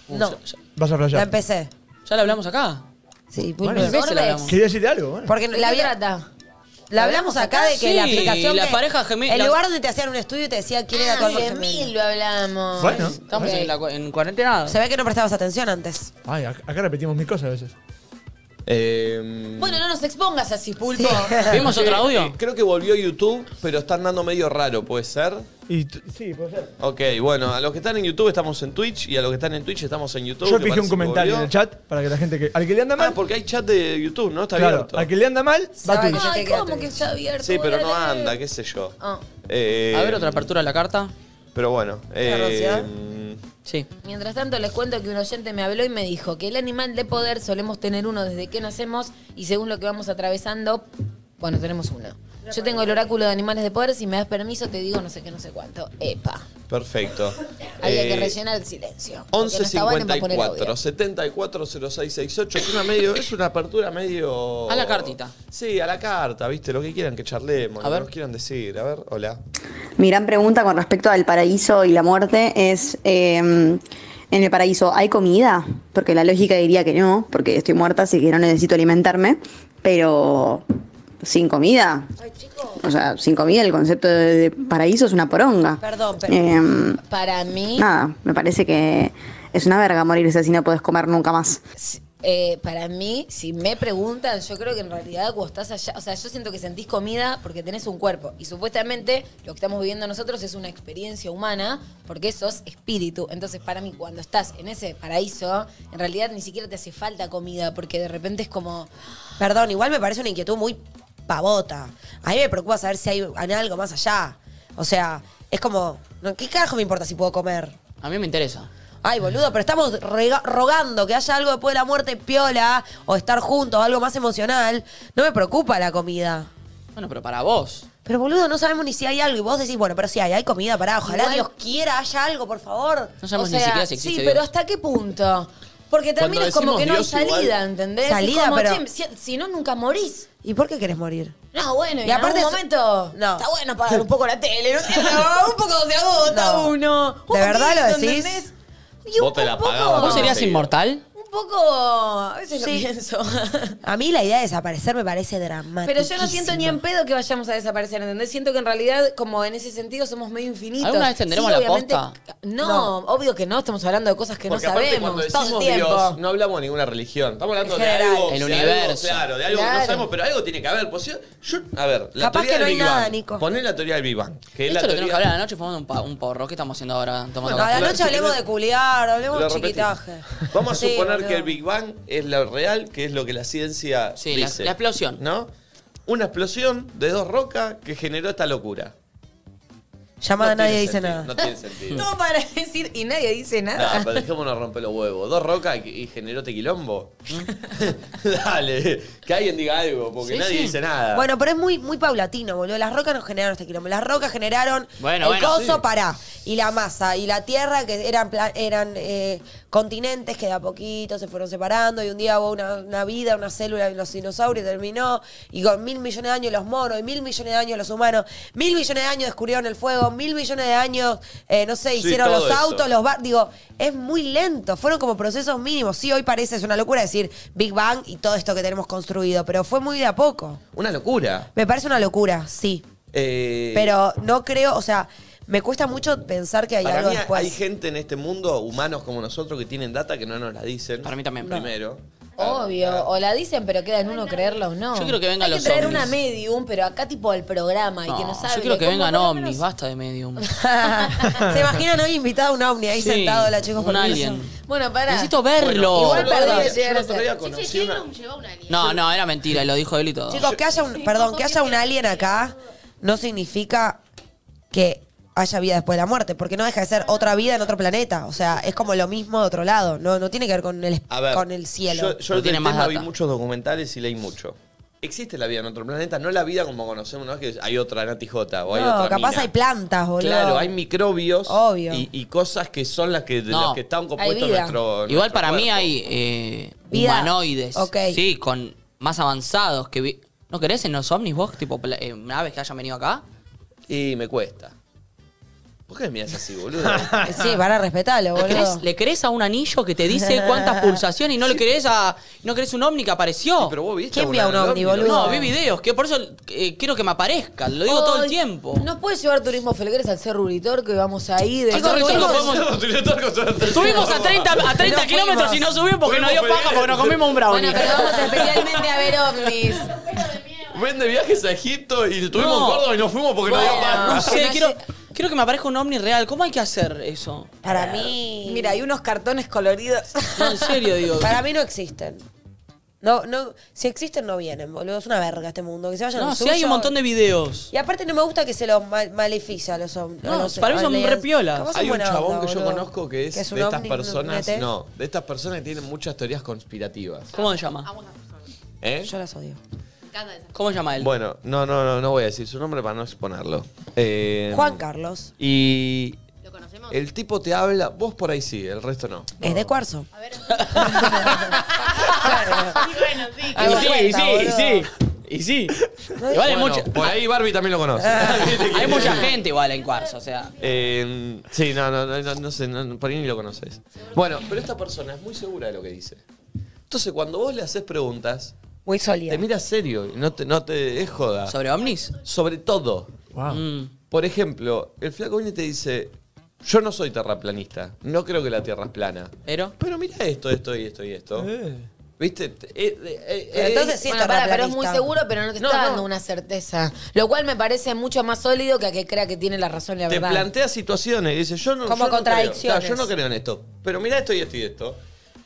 Speaker 3: No,
Speaker 6: Vas a
Speaker 3: la
Speaker 6: flashear.
Speaker 3: empecé.
Speaker 4: ¿Ya la hablamos acá?
Speaker 3: Sí,
Speaker 6: Bueno,
Speaker 3: Bulbul.
Speaker 4: ¿Ves? Se la
Speaker 3: Orbes.
Speaker 4: hablamos.
Speaker 6: Quería decirte algo, bueno.
Speaker 3: Porque la,
Speaker 8: La
Speaker 3: vi-
Speaker 8: trata.
Speaker 3: la hablamos acá de que
Speaker 4: Sí,
Speaker 3: la aplicación.
Speaker 4: la
Speaker 3: que-
Speaker 4: pareja gemela-
Speaker 3: El lugar donde te hacían un estudio y te decían quién era tu alma
Speaker 8: Hace
Speaker 3: Ah, gemela.
Speaker 8: mil lo hablamos.
Speaker 6: Bueno.
Speaker 4: Estamos en, la, cu- en cuarentena.
Speaker 3: Se ve que no prestabas atención antes.
Speaker 6: Ay, acá acá repetimos mil cosas a veces.
Speaker 1: Eh,
Speaker 8: Bueno, no nos expongas así, Pulpo.
Speaker 4: ¿Vimos otro audio?
Speaker 1: Creo que volvió YouTube, pero está andando medio raro, ¿puede ser?
Speaker 6: Y t- sí, puede ser.
Speaker 1: Ok, bueno, a los que están en YouTube estamos en Twitch y a los que están en Twitch estamos en YouTube.
Speaker 6: Yo
Speaker 1: que
Speaker 6: fijé
Speaker 1: parece
Speaker 6: un
Speaker 1: que
Speaker 6: comentario en
Speaker 1: volvió.
Speaker 6: el chat para que la gente que. Al que le anda mal,
Speaker 1: Ah, porque hay chat de YouTube, ¿no? Está
Speaker 6: claro,
Speaker 1: abierto.
Speaker 6: al que le anda mal, va a
Speaker 3: Sabe
Speaker 6: Twitch.
Speaker 3: yo te
Speaker 8: Ay,
Speaker 3: quedo
Speaker 8: ¿cómo que
Speaker 3: triste.
Speaker 8: está abierto?
Speaker 1: Sí, pero no
Speaker 8: Dale.
Speaker 1: anda, qué sé yo.
Speaker 8: Ah.
Speaker 1: Eh,
Speaker 4: A ver, otra apertura de la carta.
Speaker 1: Pero bueno.
Speaker 3: velocidad?
Speaker 1: Eh,
Speaker 4: Sí.
Speaker 8: Mientras tanto, les cuento que un oyente me habló y me dijo que el animal de poder solemos tener uno desde que nacemos y según lo que vamos atravesando, bueno, tenemos uno. Yo tengo el oráculo de animales de poder, si me das permiso te digo no sé qué, no sé cuánto. Epa.
Speaker 1: perfecto.
Speaker 8: Había que
Speaker 1: Eh,
Speaker 8: rellenar el silencio. porque no estaba Valen para poner audio.
Speaker 1: 1154 740668 es una medio es una apertura medio
Speaker 4: A la cartita.
Speaker 1: Sí, a la carta, ¿viste? Lo que quieran que charlemos, lo
Speaker 4: A
Speaker 1: que
Speaker 4: ver.
Speaker 1: nos quieran decir. A ver, hola.
Speaker 10: Mi gran pregunta con respecto al paraíso y la muerte es, eh, en el paraíso hay comida, porque la lógica diría que no, porque estoy muerta, así que no necesito alimentarme, pero sin comida. O sea, sin comida el concepto de, de paraíso es una poronga.
Speaker 3: Perdón, pero.
Speaker 10: Eh,
Speaker 8: Para mí,
Speaker 10: nada, me parece que es una verga morirse si no podés comer nunca más.
Speaker 8: eh, para mí, si me preguntan, yo creo que en realidad cuando estás allá, o sea, yo siento que sentís comida porque tenés un cuerpo. Y supuestamente lo que estamos viviendo nosotros es una experiencia humana porque sos espíritu. Entonces, para mí, cuando estás en ese paraíso, en realidad ni siquiera te hace falta comida porque de repente es como,
Speaker 3: Perdón, igual me parece una inquietud muy pavota. A mí me preocupa saber si hay hay algo más allá. O sea, es como, no, ¿qué carajo me importa si puedo comer?
Speaker 4: A mí me interesa.
Speaker 3: Ay, boludo, pero estamos rega- rogando que haya algo después de la muerte piola o estar juntos, algo más emocional. No me preocupa la comida.
Speaker 4: Bueno, pero para vos.
Speaker 3: Pero boludo, no sabemos ni si hay algo. Y vos decís, bueno, pero si hay, hay comida, pará, ojalá
Speaker 8: Igual-
Speaker 3: Dios quiera, haya algo, por favor.
Speaker 4: No sabemos
Speaker 8: O sea,
Speaker 4: ni siquiera si existe
Speaker 8: Sí,
Speaker 4: Dios.
Speaker 8: pero ¿hasta qué punto? Porque también
Speaker 1: Cuando
Speaker 8: es
Speaker 1: decimos
Speaker 8: como que no hay
Speaker 1: Dios igual-
Speaker 8: salida, ¿entendés?
Speaker 3: Salida,
Speaker 8: Es como,
Speaker 3: pero-
Speaker 8: "Che, Si, si no, nunca morís.
Speaker 3: ¿Y por qué querés morir?
Speaker 8: No, bueno, y,
Speaker 3: Y aparte
Speaker 8: en algún
Speaker 3: es-
Speaker 8: momento
Speaker 3: No.
Speaker 8: está bueno pagar un poco la tele, ¿no? un poco de agota
Speaker 3: No.
Speaker 8: uno.
Speaker 3: ¿De
Speaker 8: Un poquito,
Speaker 3: verdad lo decís?
Speaker 8: ¿entendés? Y un
Speaker 1: Vos te la
Speaker 8: poco-
Speaker 1: pagabas,
Speaker 4: ¿Vos serías
Speaker 1: Sí.
Speaker 4: inmortal?
Speaker 8: Un poco, a veces
Speaker 3: Sí.
Speaker 8: lo pienso.
Speaker 3: A mí la idea de desaparecer me parece dramática.
Speaker 8: Pero yo no siento ni en pedo que vayamos a desaparecer, ¿entendés? Siento que en realidad, como en ese sentido, somos medio infinitos.
Speaker 4: ¿Alguna vez tendremos la
Speaker 8: obviamente-
Speaker 4: posta?
Speaker 8: No, obvio que no, estamos hablando de cosas que
Speaker 1: Porque
Speaker 8: no
Speaker 1: aparte
Speaker 8: sabemos
Speaker 1: cuando
Speaker 8: todo el
Speaker 1: decimos
Speaker 8: tiempo.
Speaker 1: Dios, no hablamos de ninguna religión. Estamos hablando
Speaker 3: En
Speaker 1: de
Speaker 3: general.
Speaker 1: algo.
Speaker 4: El
Speaker 1: de
Speaker 4: universo.
Speaker 1: algo, claro, de algo que
Speaker 8: Claro.
Speaker 1: no sabemos, pero algo tiene que haber. Pues, yo, yo- a ver, la
Speaker 3: Capaz
Speaker 1: teoría
Speaker 3: que
Speaker 1: del
Speaker 3: no hay
Speaker 1: Big
Speaker 3: nada,
Speaker 1: Bang.
Speaker 3: Nico.
Speaker 1: Poné la teoría del Big Bang. Que es la
Speaker 4: Esto lo tenemos que
Speaker 1: teoría.
Speaker 4: hablar a la noche fumando un, pa- un porro. ¿Qué estamos haciendo ahora? Tomando
Speaker 1: Bueno,
Speaker 3: A
Speaker 4: café.
Speaker 3: la
Speaker 1: Claro,
Speaker 3: noche
Speaker 1: si
Speaker 3: hablemos de
Speaker 1: querés-
Speaker 3: culiar, hablemos
Speaker 1: Lo
Speaker 3: de
Speaker 1: repetimos.
Speaker 3: chiquitaje.
Speaker 1: Vamos a
Speaker 3: Sí,
Speaker 1: suponer
Speaker 3: boludo.
Speaker 1: que el Big Bang es lo real, que es lo que la ciencia
Speaker 4: Sí, la-
Speaker 1: dice.
Speaker 4: la explosión.
Speaker 1: ¿No? Una explosión de dos rocas que generó esta locura.
Speaker 3: Llamada
Speaker 1: No
Speaker 3: nadie
Speaker 1: tiene
Speaker 3: dice
Speaker 1: sentido,
Speaker 3: nada.
Speaker 1: No tiene sentido.
Speaker 8: Todo para decir, y nadie dice nada.
Speaker 1: No, pero dejémonos romper los huevos. Dos rocas y, y generó tequilombo. Dale, que alguien diga algo, porque
Speaker 4: Sí,
Speaker 1: nadie
Speaker 4: sí.
Speaker 1: dice nada.
Speaker 3: Bueno, pero es muy, muy paulatino, boludo. Las rocas no generaron este quilombo. Las rocas generaron
Speaker 4: Bueno,
Speaker 3: el
Speaker 4: bueno,
Speaker 3: coso
Speaker 4: sí.
Speaker 3: pará. Y la masa. Y la tierra, que eran, pla- eran eh, continentes que de a poquito se fueron separando. Y un día hubo una, una vida, una célula de los dinosaurios y terminó. Y con mil millones de años los monos, y mil millones de años los humanos, mil millones de años descubrieron el fuego, mil millones de años, eh, no sé,
Speaker 1: Sí,
Speaker 3: hicieron
Speaker 1: todo
Speaker 3: los
Speaker 1: eso.
Speaker 3: autos, los bar. Digo, es muy lento. Fueron como procesos mínimos. Sí, hoy parece es una locura decir Big Bang y todo esto que tenemos construido. Pero fue muy de a poco.
Speaker 1: Una locura.
Speaker 3: Me parece una locura, sí.
Speaker 1: Eh,
Speaker 3: Pero no creo, o sea, me cuesta mucho pensar que hay
Speaker 1: para
Speaker 3: algo
Speaker 1: mí
Speaker 3: después.
Speaker 1: hay gente en este mundo, humanos como nosotros, que tienen data que no nos la dicen.
Speaker 4: Para mí también.
Speaker 1: Primero.
Speaker 8: Obvio, o la dicen, pero queda en uno creerla o no.
Speaker 4: Yo quiero que vengan
Speaker 8: Oh. Hay
Speaker 4: los
Speaker 8: que traer
Speaker 4: ovnis.
Speaker 8: una medium, pero acá tipo al programa y que
Speaker 4: No,
Speaker 8: nos hable.
Speaker 4: yo quiero que
Speaker 8: ¿Cómo
Speaker 4: vengan
Speaker 8: por lo
Speaker 4: ovnis,
Speaker 8: menos?
Speaker 4: basta de medium.
Speaker 3: Se imaginan hoy invitado a un ovni ahí
Speaker 4: Sí,
Speaker 3: sentado la chicos
Speaker 4: un
Speaker 3: por piso?
Speaker 4: alien.
Speaker 8: Bueno, pará.
Speaker 4: Necesito verlo.
Speaker 1: yo
Speaker 8: igual
Speaker 1: el otro
Speaker 8: perdí
Speaker 1: día-
Speaker 8: de
Speaker 1: yo el otro
Speaker 8: llegar
Speaker 1: día
Speaker 5: Che,
Speaker 1: conocí
Speaker 5: che,
Speaker 1: una-
Speaker 5: Jellum llevó una línea.
Speaker 4: No, no, era mentira, y lo dijo él y todo.
Speaker 3: Chicos, que haya un, perdón, que haya un alien acá no significa que haya vida después de la muerte, porque no deja de ser otra vida en otro planeta. O sea, es como lo mismo de otro lado. No, no tiene que ver con el,
Speaker 1: A ver,
Speaker 3: con el cielo.
Speaker 1: Yo, yo
Speaker 4: No tiene
Speaker 1: del
Speaker 4: más
Speaker 1: tema vi
Speaker 4: data.
Speaker 1: muchos documentales y leí mucho. Existe la vida en otro planeta, no la vida como conocemos, ¿no? Es que hay otra Nati J o hay
Speaker 3: No,
Speaker 1: otra
Speaker 3: capaz
Speaker 1: mina.
Speaker 3: hay plantas, boludo.
Speaker 1: Claro, hay microbios
Speaker 3: Obvio.
Speaker 1: Y, y cosas que son las que, de
Speaker 4: No.
Speaker 1: las que están
Speaker 3: Hay
Speaker 1: compuestos
Speaker 3: vida.
Speaker 1: nuestro,
Speaker 4: Igual
Speaker 1: nuestro
Speaker 4: para mí
Speaker 1: cuerpo.
Speaker 4: hay eh,
Speaker 3: Vida.
Speaker 4: humanoides.
Speaker 3: Ok.
Speaker 4: Sí, con más avanzados que vi- ¿No querés en los ovnis vos, tipo pla- eh, naves que hayan venido acá?
Speaker 1: Y me cuesta. ¿Por qué me haces así, boludo?
Speaker 3: Sí, van a respetarlo,
Speaker 4: ¿Le
Speaker 3: boludo.
Speaker 4: querés, le querés a un anillo que te dice cuántas pulsaciones y no le querés a. no querés un ovni que apareció?
Speaker 1: pero vos viste.
Speaker 3: ¿Quién
Speaker 1: a
Speaker 3: vio a un
Speaker 1: una
Speaker 3: ovni,
Speaker 1: lombi,
Speaker 3: boludo?
Speaker 4: No, vi videos, que por eso eh, quiero que me aparezca, lo digo todo el
Speaker 8: Ay,
Speaker 4: tiempo.
Speaker 8: ¿Nos puede llevar Turismo Felgueres al Cerro Uritorco y vamos ahí? De
Speaker 4: Chicos, Uritorco podemos- Subimos a 30, a 30
Speaker 3: fuimos.
Speaker 4: kilómetros y no subimos porque nos dio
Speaker 1: Fuimos,
Speaker 4: paja
Speaker 1: Fede.
Speaker 4: porque nos comimos un brownie.
Speaker 8: Bueno, pero vamos especialmente a ver ovnis.
Speaker 1: Ven de viajes a Egipto y estuvimos
Speaker 4: No.
Speaker 1: en Córdoba y nos fuimos porque Ah. no había
Speaker 8: Bueno.
Speaker 4: no
Speaker 1: paz.
Speaker 4: sé,
Speaker 8: no
Speaker 4: quiero,
Speaker 8: sé.
Speaker 4: quiero que me aparezca un ovni real. ¿Cómo hay que hacer eso?
Speaker 3: Para mí.
Speaker 8: Mira, hay unos cartones coloridos.
Speaker 4: No, en serio, digo.
Speaker 3: Para mí no existen. No, no, si existen no vienen, boludo. Es una verga este mundo. Que se vayan
Speaker 4: No,
Speaker 3: al
Speaker 4: si hay
Speaker 3: suyo.
Speaker 4: un montón de videos.
Speaker 3: Y aparte no me gusta que se los mal- maleficia a los hombres.
Speaker 4: No, para mí son repiolas.
Speaker 3: piolas.
Speaker 1: Hay un chabón que yo conozco que es, de estas personas. No, de estas personas que tienen muchas teorías conspirativas.
Speaker 4: ¿Cómo se llama?
Speaker 5: Amo esas personas.
Speaker 1: ¿Eh?
Speaker 3: Yo las odio.
Speaker 5: Me encanta esas.
Speaker 4: ¿Cómo se llama él?
Speaker 1: Bueno, no, no, no, no voy a decir su nombre para no exponerlo. Eh,
Speaker 3: Juan Carlos.
Speaker 1: Y
Speaker 5: ¿Lo conocemos?
Speaker 1: el tipo te habla, vos por ahí sí, el resto Eh, no.
Speaker 3: Es de cuarzo.
Speaker 5: A ver.
Speaker 3: Claro.
Speaker 5: Sí, bueno, sí.
Speaker 4: Y sí, y sí,
Speaker 3: cuenta,
Speaker 4: y sí. Y sí.
Speaker 3: No
Speaker 4: Igual hay
Speaker 1: Bueno,
Speaker 4: mucha,
Speaker 1: Por ahí Barbie también lo conoce.
Speaker 4: hay mucha gente igual en cuarzo, o sea.
Speaker 1: Eh, sí, no, no, no, no, no sé, no, no, por ahí ni lo conoces. Bueno, pero esta persona es muy segura de lo que dice. Entonces, cuando vos le haces preguntas,
Speaker 3: Muy sólida.
Speaker 1: te mira serio, y no te, no te es joda.
Speaker 4: ¿Sobre ovnis?
Speaker 1: Sobre todo,
Speaker 4: Mm.
Speaker 1: por ejemplo, el flaco viene y te dice, yo no soy terraplanista, no creo que la Tierra es plana.
Speaker 4: ¿Pero?
Speaker 1: Pero mira esto, esto y esto y esto. ¿Viste? Eh, eh, eh,
Speaker 3: Pero entonces sí
Speaker 8: Bueno,
Speaker 3: está
Speaker 8: pará, pero es muy
Speaker 3: terraplanista.
Speaker 8: seguro, pero no te está dando una certeza. Lo cual me parece mucho más sólido que a que crea que tiene la razón y la
Speaker 1: te
Speaker 8: verdad.
Speaker 1: plantea situaciones y dices, yo no.
Speaker 3: Como
Speaker 1: yo no creo.
Speaker 3: contradicciones.
Speaker 1: Claro, yo no creo en esto. Pero mira esto y esto y esto.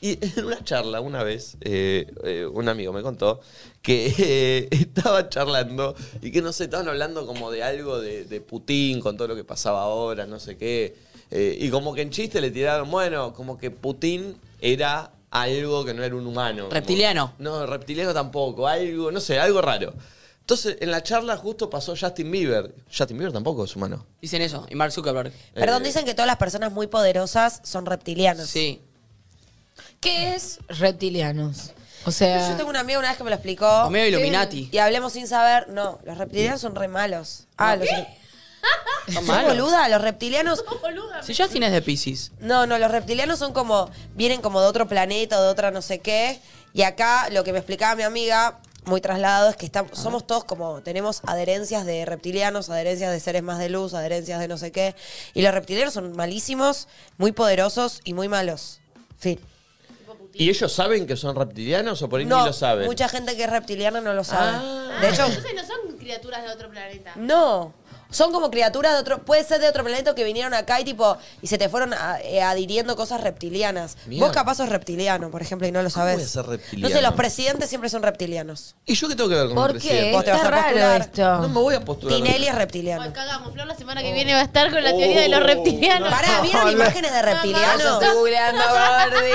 Speaker 1: Y en una charla, una vez, eh, eh, un amigo me contó que eh, estaba charlando y que no sé, estaban hablando como de algo de, de Putin con todo lo que pasaba ahora, no sé qué. Eh, y como que en chiste le tiraron, bueno, como que Putin era algo que no era un humano. como-
Speaker 4: Reptiliano.
Speaker 1: no, reptiliano tampoco, algo, no sé, algo raro. Entonces, en la charla justo pasó Justin Bieber. Justin Bieber tampoco es humano.
Speaker 4: Dicen eso. Y Mark Zuckerberg.
Speaker 3: Perdón,
Speaker 1: Eh,
Speaker 3: dicen que todas las personas muy poderosas son reptilianas.
Speaker 4: Sí.
Speaker 8: ¿Qué es reptilianos? O sea,
Speaker 3: Yo tengo un amigo una vez que me lo explicó.
Speaker 4: O medio Illuminati.
Speaker 3: Y hablemos sin saber. No, los reptilianos son re malos. Ah, los.
Speaker 4: ¿Son
Speaker 3: ¿Son
Speaker 4: malos?
Speaker 3: boluda? Los reptilianos.
Speaker 4: Si Justin es de Pisces.
Speaker 3: No, no, los reptilianos son como. Vienen como de otro planeta o de otra no sé qué. Y acá lo que me explicaba mi amiga, muy trasladado, es que estamos, somos todos como. Tenemos adherencias de reptilianos, adherencias de seres más de luz, adherencias de no sé qué. Y los reptilianos son malísimos, muy poderosos y muy malos. Fin.
Speaker 1: ¿Y ellos saben que son reptilianos o por ahí ni lo saben?
Speaker 3: mucha gente que es reptiliana no lo sabe.
Speaker 1: Ah.
Speaker 3: De hecho,
Speaker 5: Entonces no son criaturas de otro planeta.
Speaker 3: no. Son como criaturas de otro. Puede ser de otro planeta que vinieron acá y tipo. Y se te fueron a- eh, adhiriendo cosas reptilianas.
Speaker 1: Mierda.
Speaker 3: Vos capaz sos reptiliano, por ejemplo, y no lo sabés.
Speaker 1: voy a ser reptiliano?
Speaker 3: No sé, los presidentes siempre son reptilianos.
Speaker 1: ¿Y yo qué tengo que ver con el
Speaker 8: ¿por qué?
Speaker 1: presidente?
Speaker 3: Vos te vas
Speaker 8: Está
Speaker 3: a
Speaker 8: raro
Speaker 3: postular.
Speaker 8: esto.
Speaker 1: No me voy a postular.
Speaker 3: Tinelli es
Speaker 5: Ay,
Speaker 3: reptiliano.
Speaker 5: cagamos. Flor la semana que viene va a estar con la teoría de los reptilianos.
Speaker 3: Oh. Pará, ¿vieron imágenes de reptilianos?
Speaker 8: Estás googleando, Gordi.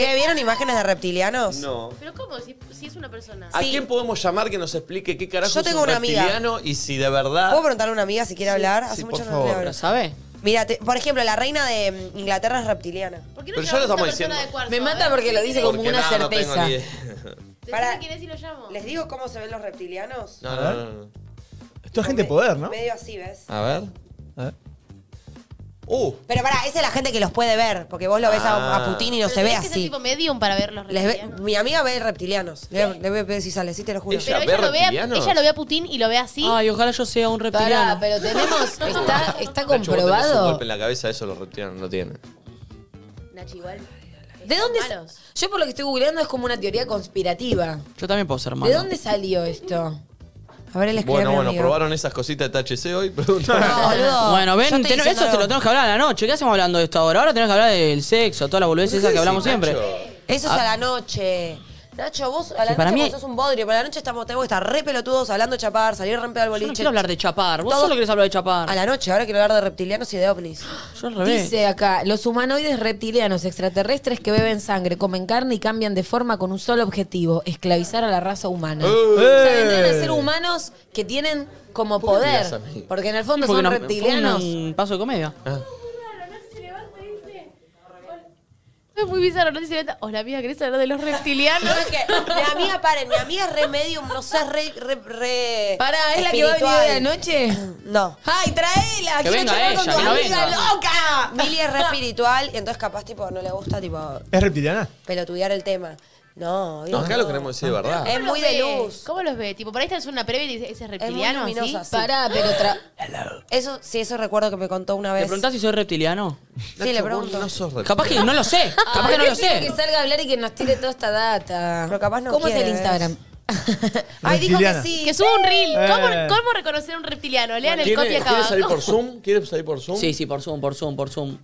Speaker 3: Che, ¿vieron imágenes de reptilianos?
Speaker 1: No.
Speaker 5: Pero ¿cómo? Si, si es una persona.
Speaker 1: ¿A
Speaker 3: Sí.
Speaker 1: quién podemos llamar que nos explique qué carajo
Speaker 3: Yo tengo
Speaker 1: es un
Speaker 3: una amiga.
Speaker 1: reptiliano y si de verdad...
Speaker 3: ¿Puedo preguntarle a una amiga si quiere hablar? Hace
Speaker 1: sí,
Speaker 3: mucho
Speaker 1: por
Speaker 3: no le
Speaker 1: favor.
Speaker 3: hablo.
Speaker 4: ¿Lo sabe?
Speaker 3: Mira, te- por ejemplo, la reina de mm, Inglaterra es reptiliana.
Speaker 5: ¿Por qué no
Speaker 1: Pero ya
Speaker 5: llamamos
Speaker 1: lo
Speaker 5: a
Speaker 1: estamos
Speaker 5: una persona
Speaker 1: diciendo.
Speaker 5: de cuarzo?
Speaker 8: Me
Speaker 5: A
Speaker 8: mata
Speaker 5: ver,
Speaker 8: porque lo
Speaker 5: ¿quién
Speaker 8: dice
Speaker 5: es?
Speaker 8: como una
Speaker 1: nada, no tengo
Speaker 8: certeza.
Speaker 1: ni idea.
Speaker 3: Pará.
Speaker 5: Decime quién es y lo llamo.
Speaker 3: ¿Les digo cómo se ven los reptilianos?
Speaker 1: No, no, no, no.
Speaker 6: Esto es gente de poder, ¿no?
Speaker 3: Medio así, ¿ves?
Speaker 1: A ver.
Speaker 6: A ver.
Speaker 1: Uh,
Speaker 3: Pero pará, esa es la gente que los puede ver, porque vos lo ves a,
Speaker 6: Ah.
Speaker 3: a Putin y no
Speaker 5: Pero
Speaker 3: se ve
Speaker 5: tenés que ser
Speaker 3: así.
Speaker 5: tipo medium para ver los
Speaker 3: Les ve-
Speaker 5: reptilianos.
Speaker 3: mi amiga ve reptilianos. Le, le voy a pedir si sale, sí te lo juro.
Speaker 1: Ella-
Speaker 5: Pero
Speaker 1: ¿Ve
Speaker 5: ella lo, ve a,
Speaker 1: reptilianos?
Speaker 5: ella lo ve a Putin y lo ve así.
Speaker 4: Ay, ojalá yo sea un
Speaker 8: Pará,
Speaker 4: reptiliano.
Speaker 8: pero tenemos. Está, está
Speaker 1: Nacho, vos tenés un
Speaker 8: comprobado.
Speaker 1: golpe en la cabeza, eso los reptilianos no tienen.
Speaker 5: Nachi, igual.
Speaker 8: ¿De dónde? sa-
Speaker 5: Malos.
Speaker 8: Yo por lo que estoy googleando es como una teoría conspirativa.
Speaker 4: Yo también puedo ser malo.
Speaker 8: ¿De dónde salió esto?
Speaker 3: A ver, él escribe
Speaker 1: Bueno,
Speaker 3: a mi
Speaker 1: bueno,
Speaker 3: amiga.
Speaker 1: probaron esas cositas de THC hoy.
Speaker 3: No, boludo.
Speaker 4: Bueno,
Speaker 3: Yo
Speaker 4: ven,
Speaker 3: estoy
Speaker 4: ten- eso
Speaker 3: diciendo
Speaker 4: te lo
Speaker 3: algo.
Speaker 4: tenemos que hablar a la noche. ¿Qué hacemos hablando de esto ahora? Ahora tenemos que hablar del sexo, toda la boludez esa que hablamos siempre.
Speaker 1: Nacho.
Speaker 3: Eso es a la noche. Nacho, vos a la
Speaker 4: Sí, para
Speaker 3: noche
Speaker 4: mí-
Speaker 3: vos sos un bodrio, pero a la noche estamos, tenemos que estar re pelotudos hablando de chapar, salir re pedo al
Speaker 4: Yo
Speaker 3: boliche.
Speaker 4: no quiero hablar de chapar. Vos
Speaker 3: Todo-
Speaker 4: solo querés hablar de chapar.
Speaker 3: A la noche, ahora quiero hablar de reptilianos y de ovnis.
Speaker 4: Yo al revés.
Speaker 8: Dice acá, los humanoides reptilianos extraterrestres que beben sangre, comen carne y cambian de forma con un solo objetivo, esclavizar a la raza humana.
Speaker 4: Eh.
Speaker 8: O sea, vendrían a ser humanos que tienen como
Speaker 1: ¿Por qué me
Speaker 8: poder,
Speaker 1: miras a mí?
Speaker 8: porque en el fondo
Speaker 4: Porque
Speaker 8: son
Speaker 4: no- fue
Speaker 8: reptilianos.
Speaker 4: Un paso de comedia.
Speaker 6: Ah.
Speaker 5: Es muy bizarro, no sé si la neta- Hola, amiga, ¿querés hablar de los reptilianos?
Speaker 3: No, es que mi amiga, paren, mi amiga es re medium, no sé, es re, re, re
Speaker 8: Para, ¿es la que va a venir
Speaker 3: espiritual.
Speaker 8: hoy de la noche?
Speaker 3: No.
Speaker 8: ¡Ay, traela!
Speaker 4: Que
Speaker 8: ¡Quiero
Speaker 4: venga
Speaker 8: charlar
Speaker 4: ella,
Speaker 8: con
Speaker 4: que
Speaker 8: tu
Speaker 4: no
Speaker 8: amiga
Speaker 4: venga.
Speaker 8: loca!
Speaker 3: Mili es re espiritual y entonces capaz, tipo, no le gusta, tipo,
Speaker 6: ¿Es reptiliana?
Speaker 3: pelotudear el tema. No,
Speaker 1: No,
Speaker 3: obvio
Speaker 1: acá
Speaker 3: no. Eh,
Speaker 1: lo queremos decir de verdad.
Speaker 3: Es
Speaker 5: ¿Cómo
Speaker 3: muy
Speaker 5: los
Speaker 3: de
Speaker 5: ve?
Speaker 3: luz.
Speaker 5: ¿Cómo los ve? Tipo, por ahí estás en una previa y dices, ese reptiliano,
Speaker 3: muy luminosa,
Speaker 5: ¿sí?
Speaker 3: sí.
Speaker 8: Pará, pero tra-
Speaker 3: Eso, sí, eso recuerdo que me contó una
Speaker 4: ¿Te
Speaker 3: vez.
Speaker 4: preguntás si soy reptiliano?
Speaker 3: Sí, le
Speaker 1: Nacho,
Speaker 3: pregunto.
Speaker 1: vos No sos
Speaker 4: Capaz que no lo sé. Capaz que no
Speaker 8: ¿Por
Speaker 4: lo
Speaker 8: Ah, qué quiere
Speaker 4: sé.
Speaker 8: que salga a hablar y que nos tire toda esta data.
Speaker 3: Pero capaz no
Speaker 8: ¿Cómo es
Speaker 3: quiere,
Speaker 8: el
Speaker 3: ¿ves?
Speaker 8: Instagram?
Speaker 3: Ay, dijo que
Speaker 6: Reptiliana.
Speaker 3: sí.
Speaker 5: Que suba un reel. ¿Cómo,
Speaker 6: Eh.
Speaker 5: cómo reconocer a un reptiliano? Lean el copy
Speaker 1: ¿Quiere,
Speaker 5: acá
Speaker 1: ¿Quiere salir
Speaker 5: abajo.
Speaker 1: por Zoom? ¿Quiere salir por Zoom?
Speaker 4: Sí, sí, por Zoom, por Zoom, por Zoom.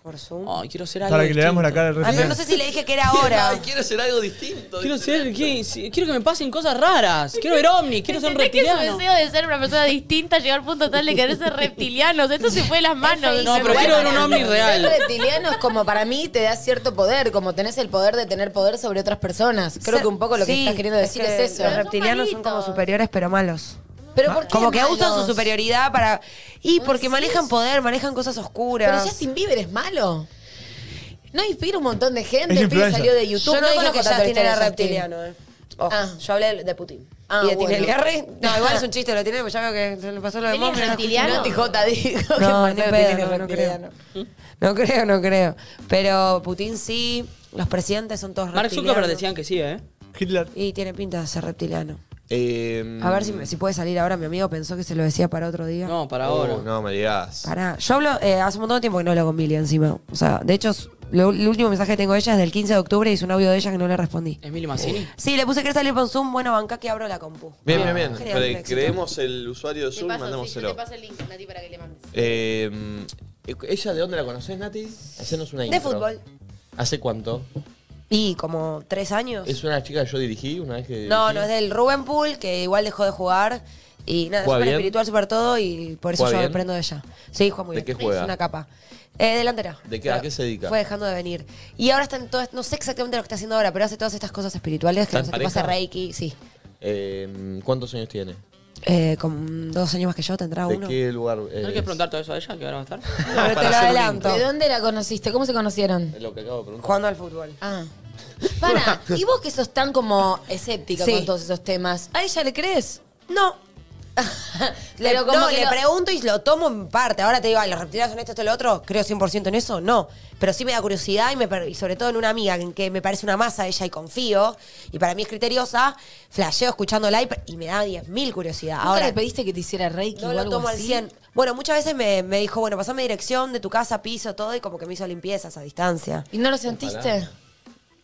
Speaker 3: Por Zoom.
Speaker 4: Ay, quiero ser algo.
Speaker 6: Para que le veamos la cara
Speaker 3: Ah,
Speaker 6: al
Speaker 3: pero
Speaker 6: reptiliano.
Speaker 3: no sé si le dije que era ahora.
Speaker 1: Ay, quiere hacer algo distinto.
Speaker 4: Quiero ser. que- si- Quiero que me pasen cosas raras. Quiero ver ovnis. Quiero ser un
Speaker 5: Entendés que su
Speaker 4: reptiliano.
Speaker 5: deseo de ser una persona distinta llegó al punto tal de querer ser reptilianos. Esto se fue de las manos.
Speaker 4: No, pero quiero ver un ovni real.
Speaker 8: Ser reptiliano es como para mí te da cierto poder, como tenés el poder de tener poder sobre otras personas. Creo
Speaker 3: Ser-
Speaker 8: que un poco lo que
Speaker 3: sí,
Speaker 8: estás queriendo decir
Speaker 3: que
Speaker 8: es,
Speaker 3: Los
Speaker 8: eso.
Speaker 3: reptilianos son como
Speaker 5: malitos.
Speaker 3: superiores, pero malos.
Speaker 8: Pero ¿por qué
Speaker 3: Como que usan
Speaker 8: malos?
Speaker 3: su superioridad para. Y porque manejan poder, manejan cosas oscuras.
Speaker 8: Pero Justin Bieber es malo. No inspira un montón de gente.
Speaker 6: Es
Speaker 8: El pibe
Speaker 6: influencer.
Speaker 8: salió de YouTube.
Speaker 3: Yo no, dije
Speaker 8: conozco
Speaker 3: que
Speaker 8: tanto la
Speaker 3: Justin
Speaker 8: historia
Speaker 3: era
Speaker 8: de Justin.
Speaker 3: reptiliano, eh. Ojo,
Speaker 8: Ah.
Speaker 3: Yo hablé de Putin.
Speaker 8: Ah,
Speaker 3: ¿Y de
Speaker 8: bueno.
Speaker 3: Tinelli Arre? No, igual es un chiste, lo tiene, porque ya veo que se le pasó lo de
Speaker 5: ¿Él es
Speaker 3: Mofre.
Speaker 5: reptiliano?
Speaker 8: No, TJ dijo que
Speaker 3: No,
Speaker 8: Mateo
Speaker 3: ni
Speaker 8: Tinelli
Speaker 3: pedo,
Speaker 8: es
Speaker 3: no, no creo.
Speaker 8: reptiliano.
Speaker 3: No creo, no creo. Pero Putin sí, los presidentes son todos
Speaker 4: Mark
Speaker 3: reptilianos.
Speaker 4: Zuckerberg decían que sí, ¿eh?
Speaker 6: Hitler.
Speaker 3: Y tiene pinta de ser reptiliano.
Speaker 4: Em,
Speaker 1: Eh,
Speaker 3: A ver si, me- si puede salir ahora. Mi amigo pensó que se lo decía para otro día.
Speaker 4: No, para ahora.
Speaker 1: Oh, no me digas.
Speaker 3: Pará, yo hablo eh, hace un montón de tiempo que no hablo con Mili encima. O sea, de hecho, lo- el último mensaje que tengo de ella es del 15 de octubre y es un audio de ella que no le respondí.
Speaker 4: ¿Es Mili
Speaker 6: Oh,
Speaker 4: Mazzini?
Speaker 3: Sí, le puse que salir por Zoom, bueno, banca que abro la compu.
Speaker 1: Bien, bien, bien.
Speaker 3: Creo
Speaker 1: Pero
Speaker 3: que un éxito.
Speaker 1: creemos el usuario de
Speaker 5: Te
Speaker 1: Zoom,
Speaker 5: paso, sí, yo
Speaker 1: mandémoselo.
Speaker 5: te paso el link, Nati, para que le mandes.
Speaker 1: Eh, ¿Ella de dónde la conoces, Nati? Hacenos una
Speaker 3: De
Speaker 1: intro.
Speaker 3: fútbol.
Speaker 1: ¿Hace cuánto?
Speaker 3: Y como tres años.
Speaker 1: ¿Es una chica que yo dirigí una vez que
Speaker 3: No,
Speaker 1: dirigí?
Speaker 3: no, es del Rubén Pool, que igual dejó de jugar. Y nada, es
Speaker 1: ¿Juega
Speaker 3: súper
Speaker 1: bien?
Speaker 3: espiritual, súper todo, y por eso
Speaker 1: ¿Juega
Speaker 3: yo
Speaker 1: bien?
Speaker 3: aprendo de ella. Sí, juega muy
Speaker 1: ¿De
Speaker 3: bien.
Speaker 1: qué juega?
Speaker 3: Es una capa. Eh, delantera.
Speaker 1: ¿De qué- a qué se dedica?
Speaker 3: Fue dejando de venir. Y ahora está en todas, no sé exactamente lo que está haciendo ahora, pero hace todas estas cosas espirituales
Speaker 1: ¿Está
Speaker 3: que no
Speaker 1: en
Speaker 3: sé, tipo hace
Speaker 1: pareja?
Speaker 3: Reiki, sí.
Speaker 1: Eh, ¿Cuántos años tiene?
Speaker 3: Eh, con dos años más que yo tendrá
Speaker 1: ¿De
Speaker 3: uno.
Speaker 1: qué lugar? eh,
Speaker 4: ¿No
Speaker 1: es?
Speaker 4: hay que preguntar todo eso a ella? Que ahora va a estar.
Speaker 3: No, pero
Speaker 1: Para
Speaker 3: te lo
Speaker 1: hacer un
Speaker 3: adelanto.
Speaker 8: ¿De dónde la conociste? ¿Cómo se conocieron?
Speaker 1: Es lo que acabo de preguntar.
Speaker 3: Jugando al fútbol.
Speaker 8: Ah. Para, y vos que sos tan como escéptica
Speaker 3: Sí.
Speaker 8: con todos esos temas, ¿a ella le crees?
Speaker 3: No. Le,
Speaker 8: Pero como
Speaker 3: no,
Speaker 8: que
Speaker 3: le
Speaker 8: lo-
Speaker 3: pregunto y lo tomo en parte. Ahora te digo, ay, los reptilianos son esto, esto, lo otro. Creo 100% en eso, no. Pero sí me da curiosidad y, me per- y sobre todo en una amiga en que me parece una masa ella y confío. Y para mí es criteriosa. Flasheo escuchándola y, per- y me da 10.000 curiosidad.
Speaker 8: Ahora
Speaker 3: Ahora
Speaker 8: le pediste que te hiciera reiki
Speaker 3: no
Speaker 8: o
Speaker 3: lo
Speaker 8: algo
Speaker 3: tomo al
Speaker 8: así?
Speaker 3: 100. Bueno, muchas veces me, me dijo, bueno, pasame dirección de tu casa, piso, todo. Y como que me hizo limpiezas a distancia.
Speaker 8: ¿Y no lo sentiste?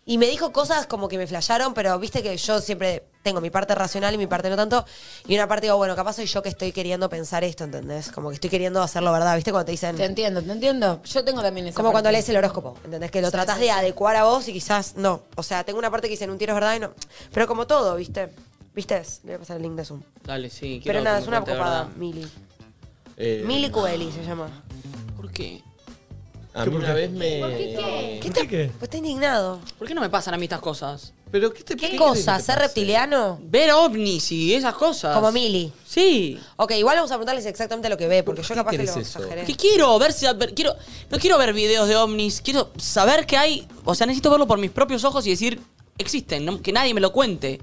Speaker 3: Y me dijo cosas como que me flasharon, pero viste que yo siempre tengo mi parte racional y mi parte no tanto. Y una parte digo, bueno, capaz soy yo que estoy queriendo pensar esto, ¿entendés? Como que estoy queriendo hacerlo verdad, ¿viste? Cuando te dicen.
Speaker 8: Te entiendo, te entiendo. Yo tengo también esa
Speaker 3: como cuando
Speaker 8: parte.
Speaker 3: lees el horóscopo, ¿entendés? Que lo tratás de adecuar a vos y quizás no. O sea, tengo una parte que dicen un tiro es verdad y no. Pero como todo, ¿viste? ¿Viste? Le voy a pasar el link de Zoom.
Speaker 4: Dale, sí. quiero
Speaker 3: Pero nada, es una
Speaker 4: contarte la
Speaker 3: copada,
Speaker 4: verdad.
Speaker 3: Mili.
Speaker 1: Eh,
Speaker 3: Mili Cueli se llama.
Speaker 4: ¿Por qué?
Speaker 1: A mí
Speaker 6: ¿Por
Speaker 1: una
Speaker 6: qué?
Speaker 1: vez me...
Speaker 3: ¿Qué
Speaker 6: ¿Por
Speaker 3: te,
Speaker 6: qué qué?
Speaker 3: Pues está indignado.
Speaker 4: ¿Por qué no me pasan a mí estas cosas?
Speaker 1: ¿Pero qué te
Speaker 3: ¿Qué,
Speaker 1: qué querés que
Speaker 3: cosa?
Speaker 1: te pase?
Speaker 3: ¿Ser reptiliano?
Speaker 4: Ver ovnis y esas cosas.
Speaker 3: Como Mili.
Speaker 4: Sí.
Speaker 3: Ok, igual vamos a preguntarles exactamente lo que ve, porque
Speaker 1: ¿Por
Speaker 3: yo
Speaker 1: qué
Speaker 3: capaz que lo
Speaker 1: querés eso?
Speaker 3: exageré.
Speaker 4: ¿Qué quiero? Ver si, ver- quiero no quiero ver videos de ovnis, quiero saber que hay, o sea, necesito verlo por mis propios ojos y decir, existen, no- que nadie me lo cuente.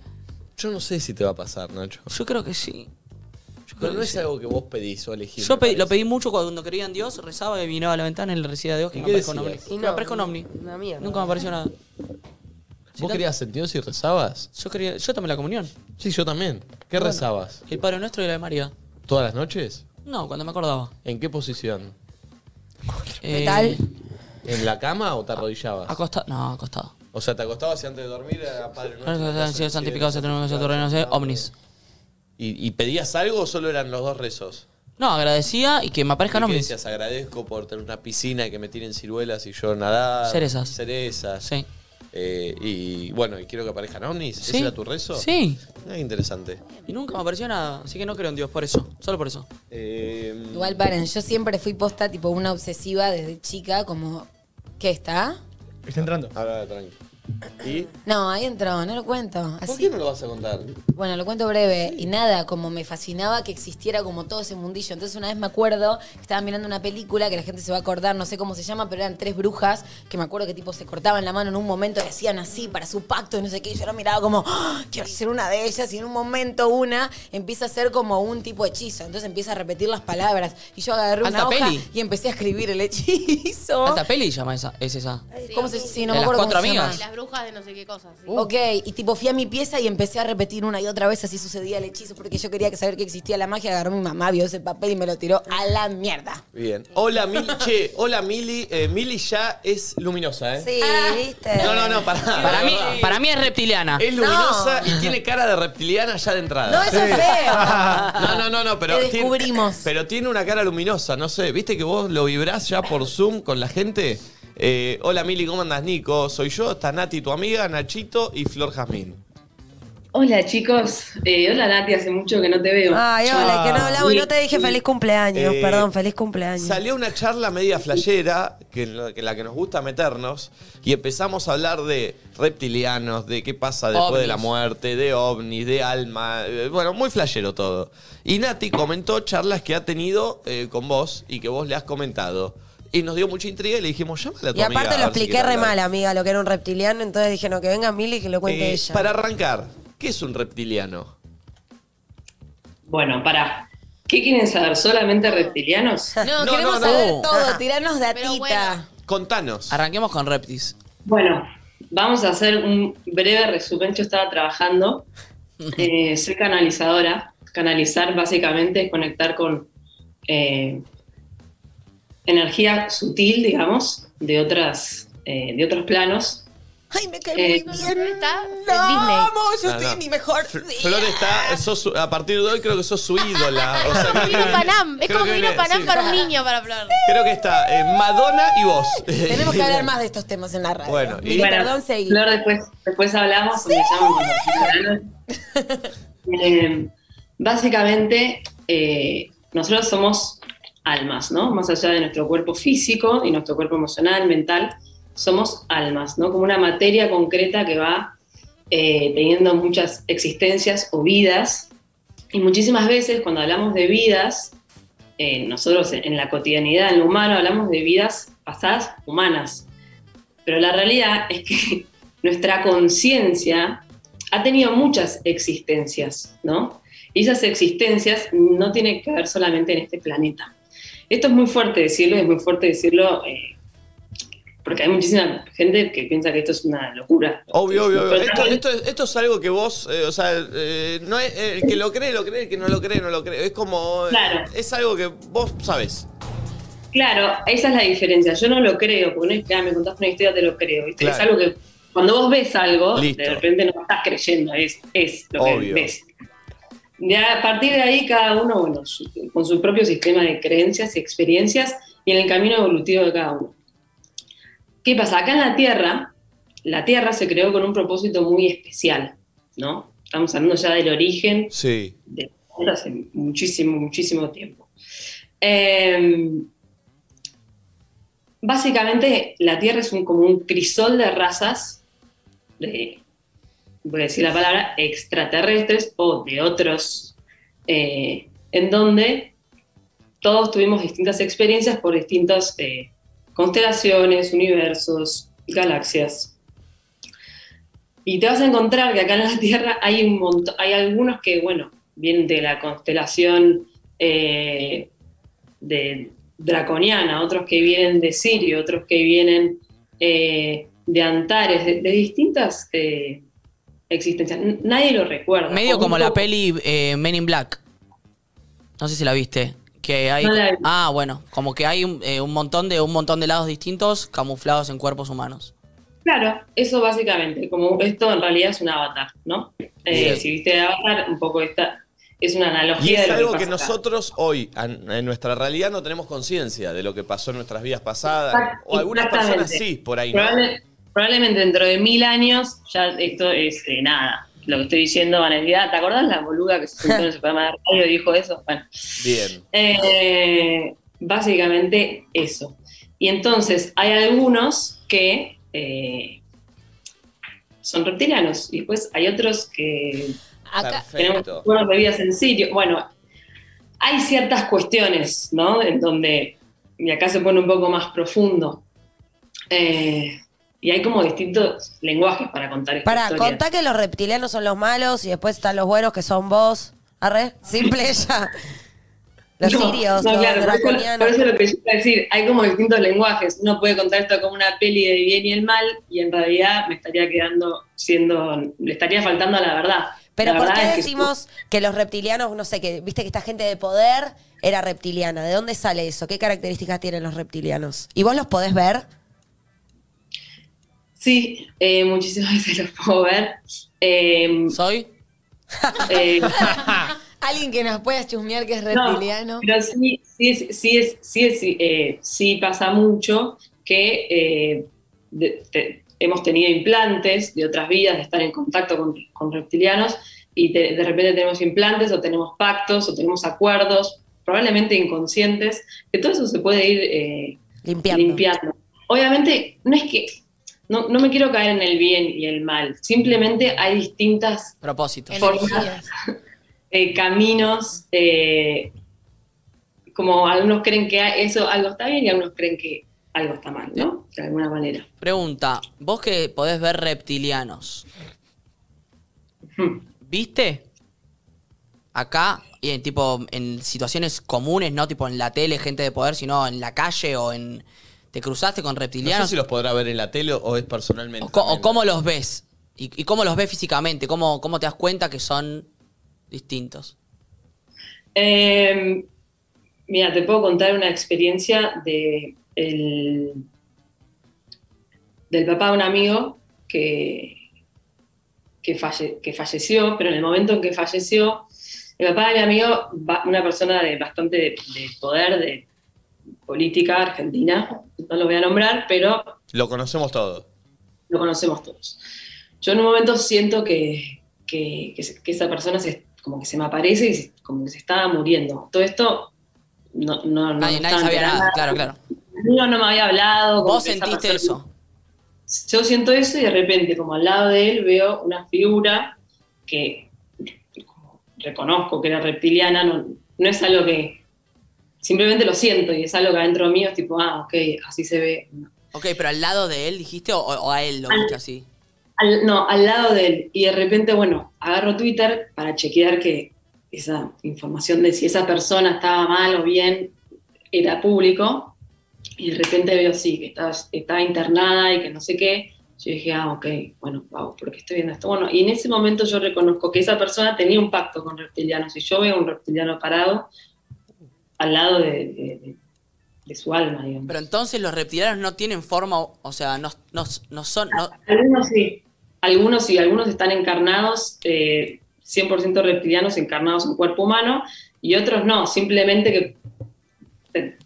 Speaker 1: Yo no sé si te va a pasar, Nacho.
Speaker 4: Yo creo que sí. Yo, creo
Speaker 1: Pero no
Speaker 4: que
Speaker 1: es
Speaker 4: sí.
Speaker 1: algo que vos pedís o elegís.
Speaker 4: Yo
Speaker 1: me
Speaker 4: pedí- lo
Speaker 1: parece.
Speaker 4: pedí mucho cuando creía en Dios, rezaba y miraba a la ventana y le decía a Dios que
Speaker 1: ¿Y
Speaker 4: me
Speaker 1: qué
Speaker 4: aparezca un ovni.
Speaker 1: decías?
Speaker 4: Y
Speaker 3: Y
Speaker 4: me
Speaker 3: no,
Speaker 4: aparezca un ovni.
Speaker 3: una mierda.
Speaker 4: Nunca me apareció nada. Si
Speaker 1: ¿Vos
Speaker 4: tan-
Speaker 1: querías sentido si rezabas?
Speaker 4: Yo quería, yo tomé la comunión.
Speaker 1: Sí, yo también. ¿Qué rezabas?
Speaker 4: El Padre Nuestro y la de María.
Speaker 1: ¿Todas las noches?
Speaker 4: No, cuando me acordaba.
Speaker 1: ¿En qué posición?
Speaker 4: Eh,
Speaker 3: tal?
Speaker 1: ¿En la cama o te arrodillabas?
Speaker 4: Acostado. No, acostado.
Speaker 1: O sea, te acostabas y antes de dormir era Padre
Speaker 4: Ah,
Speaker 1: Nuestro, que estás en
Speaker 4: Sido
Speaker 1: el
Speaker 4: santificado, sea
Speaker 1: cielo,
Speaker 4: tu nombre, sea tu reino, sea ovnis.
Speaker 1: ¿Y, y pedías algo o solo eran los dos rezos?
Speaker 4: No, agradecía y que me
Speaker 1: ¿Y
Speaker 4: aparezcan
Speaker 1: qué
Speaker 4: ovnis.
Speaker 1: decías? Agradezco por tener una piscina y que me tiren ciruelas y yo nadar.
Speaker 4: Cerezas.
Speaker 1: Cerezas.
Speaker 4: Sí.
Speaker 1: Eh, y bueno, y quiero que aparezcan ovnis. ¿Ese
Speaker 4: Sí.
Speaker 1: era tu rezo?
Speaker 4: Sí.
Speaker 1: Ah, interesante.
Speaker 4: Y nunca me apareció nada, así que no creo en Dios, por eso, solo por eso.
Speaker 1: Eh,
Speaker 3: Igual, paren, yo siempre fui posta, tipo, una obsesiva desde chica, como, ¿qué está?
Speaker 11: Está entrando.
Speaker 1: Ahora, tranqui. ¿Y?
Speaker 3: No, ahí entró, no lo cuento.
Speaker 1: ¿Por
Speaker 3: Así.
Speaker 1: qué no lo vas a contar?
Speaker 3: Bueno, lo cuento breve. Y nada, como me fascinaba que existiera como todo ese mundillo. Entonces una vez me acuerdo, estaba mirando una película que la gente se va a acordar, no sé cómo se llama, pero eran tres brujas que me acuerdo que tipo se cortaban la mano en un momento y hacían así para su pacto y no sé qué. Y yo lo miraba como, "Ah, quiero ser una de ellas. Y en un momento una empieza a ser como un tipo hechizo. Entonces empieza a repetir las palabras. Y yo agarré una
Speaker 4: Alta
Speaker 3: hoja
Speaker 4: peli.
Speaker 3: y empecé a escribir el hechizo.
Speaker 4: Alta peli llama esa, es esa.
Speaker 3: ¿Cómo se sí, no
Speaker 4: ¿De
Speaker 3: me
Speaker 4: las
Speaker 3: acuerdo
Speaker 4: cuatro
Speaker 3: cómo se llama.
Speaker 4: amigas?
Speaker 5: Y las brujas de no sé qué cosas. sí.
Speaker 3: Ok, y tipo fui a mi pieza y empecé a repetir una y otra vez así sucedía el hechizo porque yo quería que saber que existía la magia. Agarró mi mamá, vio ese papel y me lo tiró a la mierda.
Speaker 1: Bien. Hola, Mili. Che, hola, Mili. Eh, Mili ya es luminosa, ¿eh?
Speaker 6: Sí,
Speaker 3: Ah.
Speaker 6: viste.
Speaker 1: No, no, no, pará.
Speaker 4: Para
Speaker 1: de
Speaker 4: mí,
Speaker 1: verdad.
Speaker 4: para mí es reptiliana.
Speaker 1: Es luminosa y tiene cara de reptiliana ya de entrada.
Speaker 3: No, eso es feo.
Speaker 1: No, no, no, no, pero.
Speaker 3: Te
Speaker 1: tiene-
Speaker 3: descubrimos.
Speaker 1: pero tiene una cara luminosa, no sé. ¿Viste que vos lo vibrás ya por Zoom con la gente? Eh, hola Mili, ¿cómo andas, Nico? Soy yo, está Nati, tu amiga, Nachito y Flor Jazmín.
Speaker 8: Hola chicos, Eh, hola Nati, hace mucho que no te veo.
Speaker 6: Ay, hola, que no hablamos y no te dije feliz cumpleaños.
Speaker 1: Eh,
Speaker 6: Perdón, feliz cumpleaños.
Speaker 1: Salió una charla media flayera, que en la que, la que nos gusta meternos, y empezamos a hablar de reptilianos, de qué pasa después de la
Speaker 4: Ovnis.
Speaker 1: muerte, de ovnis, de alma, eh, bueno, muy flayero todo. Y Nati comentó charlas que ha tenido eh, con vos y que vos le has comentado. Y nos dio mucha intriga y le dijimos, llámala a tu
Speaker 6: Y
Speaker 1: amiga,
Speaker 6: aparte
Speaker 1: a
Speaker 6: lo
Speaker 1: ver si
Speaker 6: expliqué
Speaker 1: quiere
Speaker 6: re
Speaker 1: hablar".
Speaker 6: mal, amiga, lo que era un reptiliano. Entonces dije, no, que venga Mili y que lo cuente
Speaker 1: Eh,
Speaker 6: ella.
Speaker 1: Para arrancar, ¿qué es un reptiliano?
Speaker 8: Bueno, pará. ¿Qué quieren saber? ¿Solamente reptilianos?
Speaker 3: No,
Speaker 1: No,
Speaker 3: queremos
Speaker 1: no, no.
Speaker 3: saber todo, tiranos datita.
Speaker 5: Pero bueno.
Speaker 1: Contanos.
Speaker 4: Arranquemos con reptis.
Speaker 8: Bueno, vamos a hacer un breve resumen. Yo estaba trabajando, eh, soy canalizadora. Canalizar básicamente es conectar con eh, energía sutil, digamos, de, otras, eh, de otros planos.
Speaker 3: Ay, me cae
Speaker 8: Eh,
Speaker 3: muy bien.
Speaker 5: Está en
Speaker 3: No,
Speaker 5: Disney.
Speaker 3: vamos, yo
Speaker 1: No,
Speaker 3: estoy
Speaker 1: no.
Speaker 3: en mi mejor
Speaker 1: Fl-
Speaker 3: día.
Speaker 1: Flor está, sos su- a partir de hoy creo que sos su ídola. O sea,
Speaker 5: Es como
Speaker 1: creo
Speaker 5: que
Speaker 1: que-
Speaker 5: vino Panam. Es
Speaker 1: creo
Speaker 5: como
Speaker 1: que
Speaker 5: que vino
Speaker 1: viene-
Speaker 5: Panam
Speaker 1: sí.
Speaker 5: para un niño para hablar.
Speaker 1: Creo que está eh, Madonna y vos.
Speaker 3: Tenemos que hablar más de estos temas en la radio.
Speaker 1: Bueno, y-
Speaker 3: Mili,
Speaker 8: Bueno,
Speaker 3: perdón, seguí.
Speaker 8: Flor, después, después hablamos. porque ya me emocionaron. Eh, básicamente, eh, nosotros somos almas, ¿no? Más allá de nuestro cuerpo físico y nuestro cuerpo emocional, mental, somos almas, ¿no? Como una materia concreta que va eh, teniendo muchas existencias o vidas. Y muchísimas veces cuando hablamos de vidas, eh, nosotros en la cotidianidad, en lo humano, hablamos de vidas pasadas humanas, pero la realidad es que nuestra conciencia ha tenido muchas existencias, ¿no? Y esas existencias no tienen que ver solamente en este planeta. Esto es muy fuerte decirlo, es muy fuerte decirlo eh, porque hay muchísima gente que piensa que esto es una locura.
Speaker 1: Obvio, obvio, obvio.
Speaker 8: Pero
Speaker 1: Esto, esto es, esto es algo que vos, eh, o sea, eh, no es, el que lo cree, lo cree, el que no lo cree, no lo cree. Es como. eh,
Speaker 8: Claro.
Speaker 1: Es algo que vos sabés.
Speaker 8: Claro, esa es la diferencia. Yo no lo creo, porque no es que ah, me contaste una historia, te lo creo. ¿viste?
Speaker 1: Claro.
Speaker 8: Es algo que cuando vos ves algo,
Speaker 1: Listo.
Speaker 8: de repente no estás creyendo, es, es lo
Speaker 1: Obvio.
Speaker 8: que ves. De a a partir de ahí, cada uno, bueno, su- con su propio sistema de creencias y experiencias y en el camino evolutivo de cada uno. ¿Qué pasa? Acá en la Tierra, la Tierra se creó con un propósito muy especial, ¿no? Estamos hablando ya del origen
Speaker 1: Sí.
Speaker 8: de ahora hace muchísimo, muchísimo tiempo. Eh, básicamente, la Tierra es un, como un crisol de razas, de, voy a decir la palabra, extraterrestres o de otros, eh, en donde todos tuvimos distintas experiencias por distintas eh, constelaciones, universos, galaxias, y te vas a encontrar que acá en la Tierra hay un montón, hay algunos que, bueno, vienen de la constelación eh, de draconiana, otros que vienen de Sirio, otros que vienen eh, de Antares, de, de distintas eh, existencias. N- Nadie lo recuerda.
Speaker 4: Medio
Speaker 8: O
Speaker 4: como
Speaker 8: muy
Speaker 4: la
Speaker 8: poco.
Speaker 4: peli eh, Men in Black. No sé si la viste. Que hay.
Speaker 8: No la vi.
Speaker 4: Ah, bueno, como que hay un, eh, un montón de un montón de lados distintos camuflados en cuerpos humanos.
Speaker 8: Claro, eso básicamente, como esto en realidad es un avatar, ¿no? Eh,
Speaker 1: Bien.
Speaker 8: si viste Avatar, un poco esta es una
Speaker 1: Y
Speaker 8: analogía de
Speaker 1: es
Speaker 8: lo
Speaker 1: algo que
Speaker 8: pasa acá.
Speaker 1: nosotros hoy, an- en nuestra realidad, no tenemos conciencia de lo que pasó en nuestras vidas pasadas. O algunas personas
Speaker 8: Exactamente.
Speaker 1: sí, por ahí, ¿no?
Speaker 8: Probable- probablemente dentro de mil años ya esto es eh, nada. Lo que estoy diciendo, banalidad. ¿Te acordás la boluda que se sentó en ese programa de radio y dijo eso? Bueno.
Speaker 1: Bien.
Speaker 8: Eh, básicamente eso. Y entonces hay algunos que eh, son reptilianos y después pues hay otros que
Speaker 1: Acá-
Speaker 8: tenemos
Speaker 1: Perfecto.
Speaker 8: unas bebidas en sitio. Bueno, hay ciertas cuestiones, ¿no? En donde, y acá se pone un poco más profundo. Eh, y hay como distintos lenguajes para contar esta
Speaker 3: Pará,
Speaker 8: historia.
Speaker 3: contá que los reptilianos son los malos y después están los buenos que son vos. Arre, simple ya. Los
Speaker 8: No,
Speaker 3: sirios,
Speaker 8: no,
Speaker 3: los
Speaker 8: claro, por eso-
Speaker 3: draconianos.
Speaker 8: Por eso lo que yo iba a decir, hay como distintos lenguajes. Uno puede contar esto como una peli de bien y el mal, y en realidad me estaría quedando siendo, le estaría faltando a la verdad.
Speaker 3: Pero
Speaker 8: La
Speaker 3: ¿por
Speaker 8: verdad
Speaker 3: qué
Speaker 8: es que-
Speaker 3: decimos que los reptilianos, no sé, que viste que esta gente de poder era reptiliana? ¿De dónde sale eso? ¿Qué características tienen los reptilianos? ¿Y vos los podés ver?
Speaker 8: Sí, eh, muchísimas veces los puedo ver. Eh,
Speaker 4: ¿Soy?
Speaker 12: Alguien que nos pueda chusmear que es
Speaker 8: No,
Speaker 12: reptiliano.
Speaker 8: pero sí, sí, es- sí, es, sí, es, eh, sí pasa mucho que eh, de- te- hemos tenido implantes de otras vidas, de estar en contacto con, con reptilianos, y te- de repente tenemos implantes o tenemos pactos o tenemos acuerdos, probablemente inconscientes, que todo eso se puede ir eh,
Speaker 3: limpiando.
Speaker 8: Obviamente, no es que... No, no me quiero caer en el bien y el mal, simplemente hay distintas
Speaker 4: Propósito.
Speaker 8: formas, eh, caminos. eh, como algunos creen que eso algo está bien y algunos creen que algo está mal, ¿no? De alguna manera.
Speaker 4: Pregunta, vos que podés ver reptilianos, ¿viste? Acá, y en, tipo, en situaciones comunes, no tipo en la tele, gente de poder, sino en la calle o en... ¿Te cruzaste con
Speaker 1: No sé
Speaker 4: reptilianos?
Speaker 1: si los podrá ver en la tele o es personalmente.
Speaker 4: Co- ¿O cómo los ves? ¿Y, y cómo los ves físicamente? ¿Cómo, ¿Cómo te das cuenta que son distintos?
Speaker 8: Eh, mira, te puedo contar una experiencia de el- del papá de un amigo que, que, falle- que falleció, pero en el momento en que falleció, el papá de mi amigo, ba- una persona de bastante de, de poder, de política argentina, no lo voy a nombrar, pero
Speaker 1: Lo conocemos todos.
Speaker 8: lo conocemos todos. Yo en un momento siento que, que- que se- que esa persona se, como que se me aparece y se- como que se estaba muriendo. Todo esto no, no, no
Speaker 4: Nadie,
Speaker 8: me
Speaker 4: nadie
Speaker 8: estaba
Speaker 4: sabía nada,
Speaker 8: enterada.
Speaker 4: claro, claro.
Speaker 8: Yo no me había hablado. como
Speaker 4: ¿Vos
Speaker 8: que esa
Speaker 4: sentiste
Speaker 8: persona-
Speaker 4: eso?
Speaker 8: Yo siento eso y de repente, como al lado de él, veo una figura que como reconozco que era reptiliana, no, no es algo que... Simplemente lo siento y es algo que adentro mío es tipo, ah, ok, así se ve,
Speaker 4: Ok, pero al lado de él dijiste o, o a él lo
Speaker 8: Al-
Speaker 4: viste así.
Speaker 8: Al- no, al lado de él. Y de repente, bueno, agarro Twitter para chequear que esa información de si esa persona estaba mal o bien era público. Y de repente veo, sí, que estaba, estaba internada y que no sé qué. Yo dije, ah, ok, bueno, wow, ¿por qué estoy viendo esto? Bueno, y en ese momento yo reconozco que esa persona tenía un pacto con reptilianos. Y yo veo un reptiliano parado al lado de, de- de- de su alma, digamos.
Speaker 4: Pero entonces los reptilianos no tienen forma, o- o sea, no, no- no son... no-
Speaker 8: Algunos sí, algunos sí, algunos están encarnados, eh, 100% reptilianos encarnados en cuerpo humano, y otros no, simplemente que te-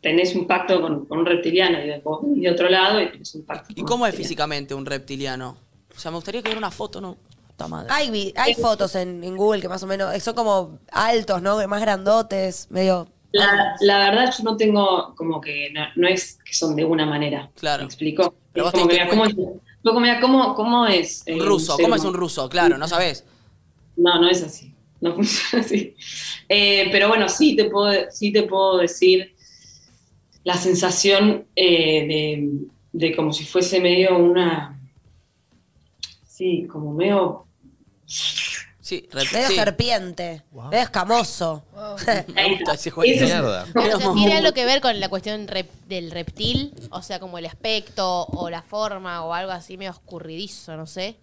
Speaker 8: tenés un pacto con, con un reptiliano y vos venís de otro lado y tenés un pacto.
Speaker 4: ¿Y cómo es físicamente un reptiliano? O sea, me gustaría que hubiera una foto, ¿no? Puta madre.
Speaker 3: Hay, vi- hay fotos en, en Google que más o menos eh, son como altos, ¿no? Más grandotes, medio...
Speaker 8: La, la verdad yo no tengo como que no, no es que son de una manera.
Speaker 4: Claro.
Speaker 8: ¿Me explico?
Speaker 4: Pero
Speaker 8: Es
Speaker 4: vos
Speaker 8: como
Speaker 4: te
Speaker 8: que,
Speaker 4: diste
Speaker 8: mira, ¿cómo es- vos como, mira, ¿cómo, cómo es? eh,
Speaker 4: Un ruso,
Speaker 8: ser
Speaker 4: ¿cómo es
Speaker 8: humano?
Speaker 4: un ruso? Claro, no sabes.
Speaker 8: No, no es así. No funciona así. Eh, pero bueno, sí te puedo, sí te puedo decir la sensación eh, de, de como si fuese medio una. Sí, como medio.
Speaker 4: Sí, rep-
Speaker 3: Medio
Speaker 4: sí.
Speaker 3: serpiente, medio escamoso.
Speaker 4: Me gusta ese juego de
Speaker 8: Eso es-
Speaker 4: mierda.
Speaker 5: Pero, o sea, ¿Tiene algo que ver con la cuestión rep- del reptil? O sea, como el aspecto o la forma o algo así medio oscurridizo, no sé.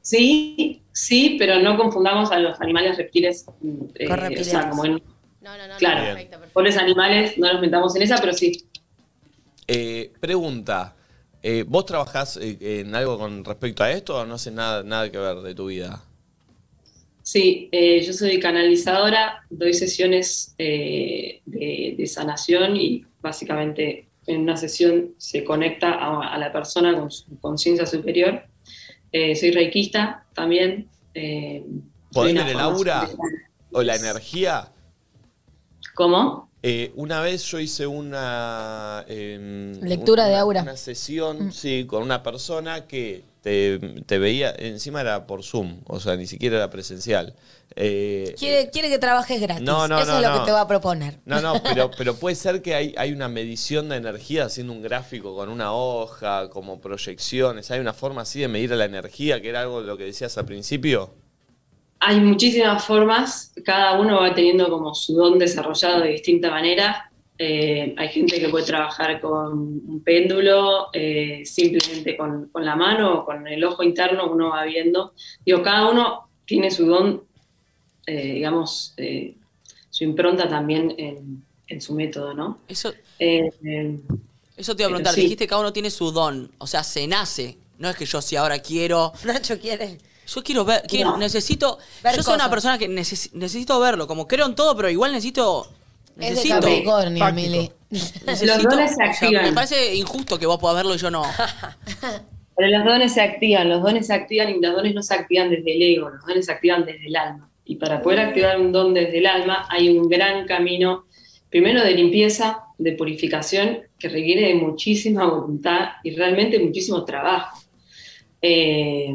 Speaker 8: Sí, sí, pero no confundamos a los animales reptiles. mm, eh,
Speaker 5: reptilianos.
Speaker 8: o sea, como en-
Speaker 5: No, no, no.
Speaker 8: claro,
Speaker 1: Bien.
Speaker 8: pobres animales, no los metamos en esa, pero sí.
Speaker 1: Eh, pregunta. eh, ¿Vos trabajás eh, en algo con respecto a esto o no haces nada, nada que ver de tu vida?
Speaker 8: Sí, eh, yo soy canalizadora, doy sesiones eh, de, de sanación y básicamente
Speaker 12: en una sesión se conecta a, a la persona con su conciencia superior. Eh, soy reikista también. eh,
Speaker 1: ¿Poder
Speaker 12: soy una
Speaker 1: en el
Speaker 12: formación-
Speaker 1: aura o la energía?
Speaker 12: ¿Cómo?
Speaker 1: Eh, una vez yo hice una... em,
Speaker 8: Lectura
Speaker 1: una-
Speaker 8: de aura.
Speaker 1: Una sesión, sí, con una persona que te, te veía, encima era por Zoom, o sea, ni siquiera era presencial. Eh,
Speaker 8: Quiere, quiere que trabajes gratis.
Speaker 1: No, no,
Speaker 8: Eso
Speaker 1: no,
Speaker 8: es lo
Speaker 1: no.
Speaker 8: que te va a proponer.
Speaker 1: No, no, pero, pero puede ser que hay, hay una medición de energía haciendo un gráfico con una hoja, como proyecciones. Hay una forma así de medir la energía, que era algo de lo que decías al principio.
Speaker 12: Hay muchísimas formas, cada uno va teniendo como su don desarrollado de distinta manera. Eh, hay gente que puede trabajar con un péndulo, eh, simplemente con, con la mano o con el ojo interno, uno va viendo. Digo, cada uno tiene su don, eh, digamos, eh, su impronta también en, en su método, ¿no?
Speaker 4: Eso,
Speaker 12: Eh, eh,
Speaker 4: eso te iba a
Speaker 12: Pero
Speaker 4: preguntar.
Speaker 12: sí.
Speaker 4: Dijiste que cada uno tiene su don. O sea, se nace. No es que yo si ahora quiero.
Speaker 3: Nacho quiere.
Speaker 4: Yo quiero ver. quiero-
Speaker 3: No.
Speaker 4: Necesito.
Speaker 3: Ver
Speaker 4: yo soy
Speaker 3: cosas.
Speaker 4: una persona que necesi- necesito verlo. Como creo en todo, pero igual necesito.
Speaker 8: Es de
Speaker 4: Necesito.
Speaker 8: Capricornio, Táctico. Mili.
Speaker 4: Necesito-
Speaker 12: Los dones se
Speaker 4: o sea,
Speaker 12: activan.
Speaker 4: me parece injusto que vos puedas verlo y yo no.
Speaker 12: Pero los dones se activan, los dones se activan y los dones no se activan desde el ego, los dones se activan desde el alma. Y para poder activar un don desde el alma hay un gran camino, primero de limpieza, de purificación, que requiere de muchísima voluntad y realmente muchísimo trabajo. Eh,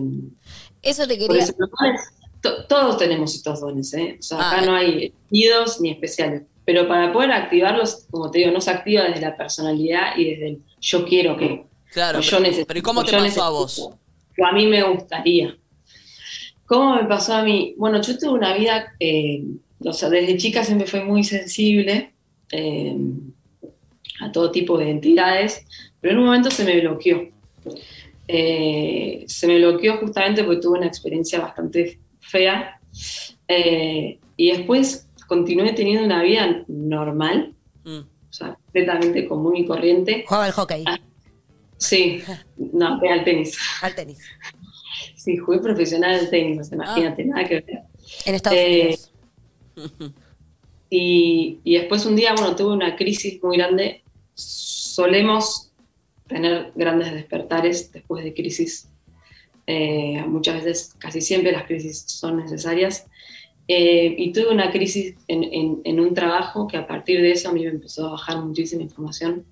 Speaker 8: Eso te
Speaker 12: por
Speaker 8: quería.
Speaker 12: eso los dones, to- todos tenemos estos dones, ¿eh? O sea,
Speaker 8: Ah,
Speaker 12: acá no hay elegidos ni especiales. Pero para poder activarlos, como te digo, no se activa desde la personalidad y desde el yo quiero que.
Speaker 4: Claro,
Speaker 12: o yo
Speaker 4: pero-
Speaker 12: necesito,
Speaker 4: pero ¿y cómo
Speaker 12: o
Speaker 4: te
Speaker 12: yo
Speaker 4: pasó a
Speaker 12: necesito,
Speaker 4: vos?
Speaker 12: o a mí me gustaría. ¿Cómo me pasó a mí? Bueno, yo tuve una vida, eh, o sea, desde chica siempre fui muy sensible eh, a todo tipo de entidades, pero en un momento se me bloqueó. Eh, se me bloqueó justamente porque tuve una experiencia bastante fea. eh, y después continué teniendo una vida normal,
Speaker 4: Mm,
Speaker 12: o sea, completamente común y corriente.
Speaker 3: Jugaba al hockey.
Speaker 12: Sí, no, jugué al tenis.
Speaker 3: Al tenis.
Speaker 12: Sí, jugué profesional al tenis, o sea, imagínate, nada que ver.
Speaker 3: En Estados
Speaker 12: Eh,
Speaker 3: Unidos.
Speaker 12: Y, y después un día, bueno, tuve una crisis muy grande. Solemos tener grandes despertares después de crisis. Eh, muchas veces, casi siempre las crisis son necesarias. Eh, y tuve una crisis en, en- en un trabajo que a partir de eso a mí me empezó a bajar muchísima información.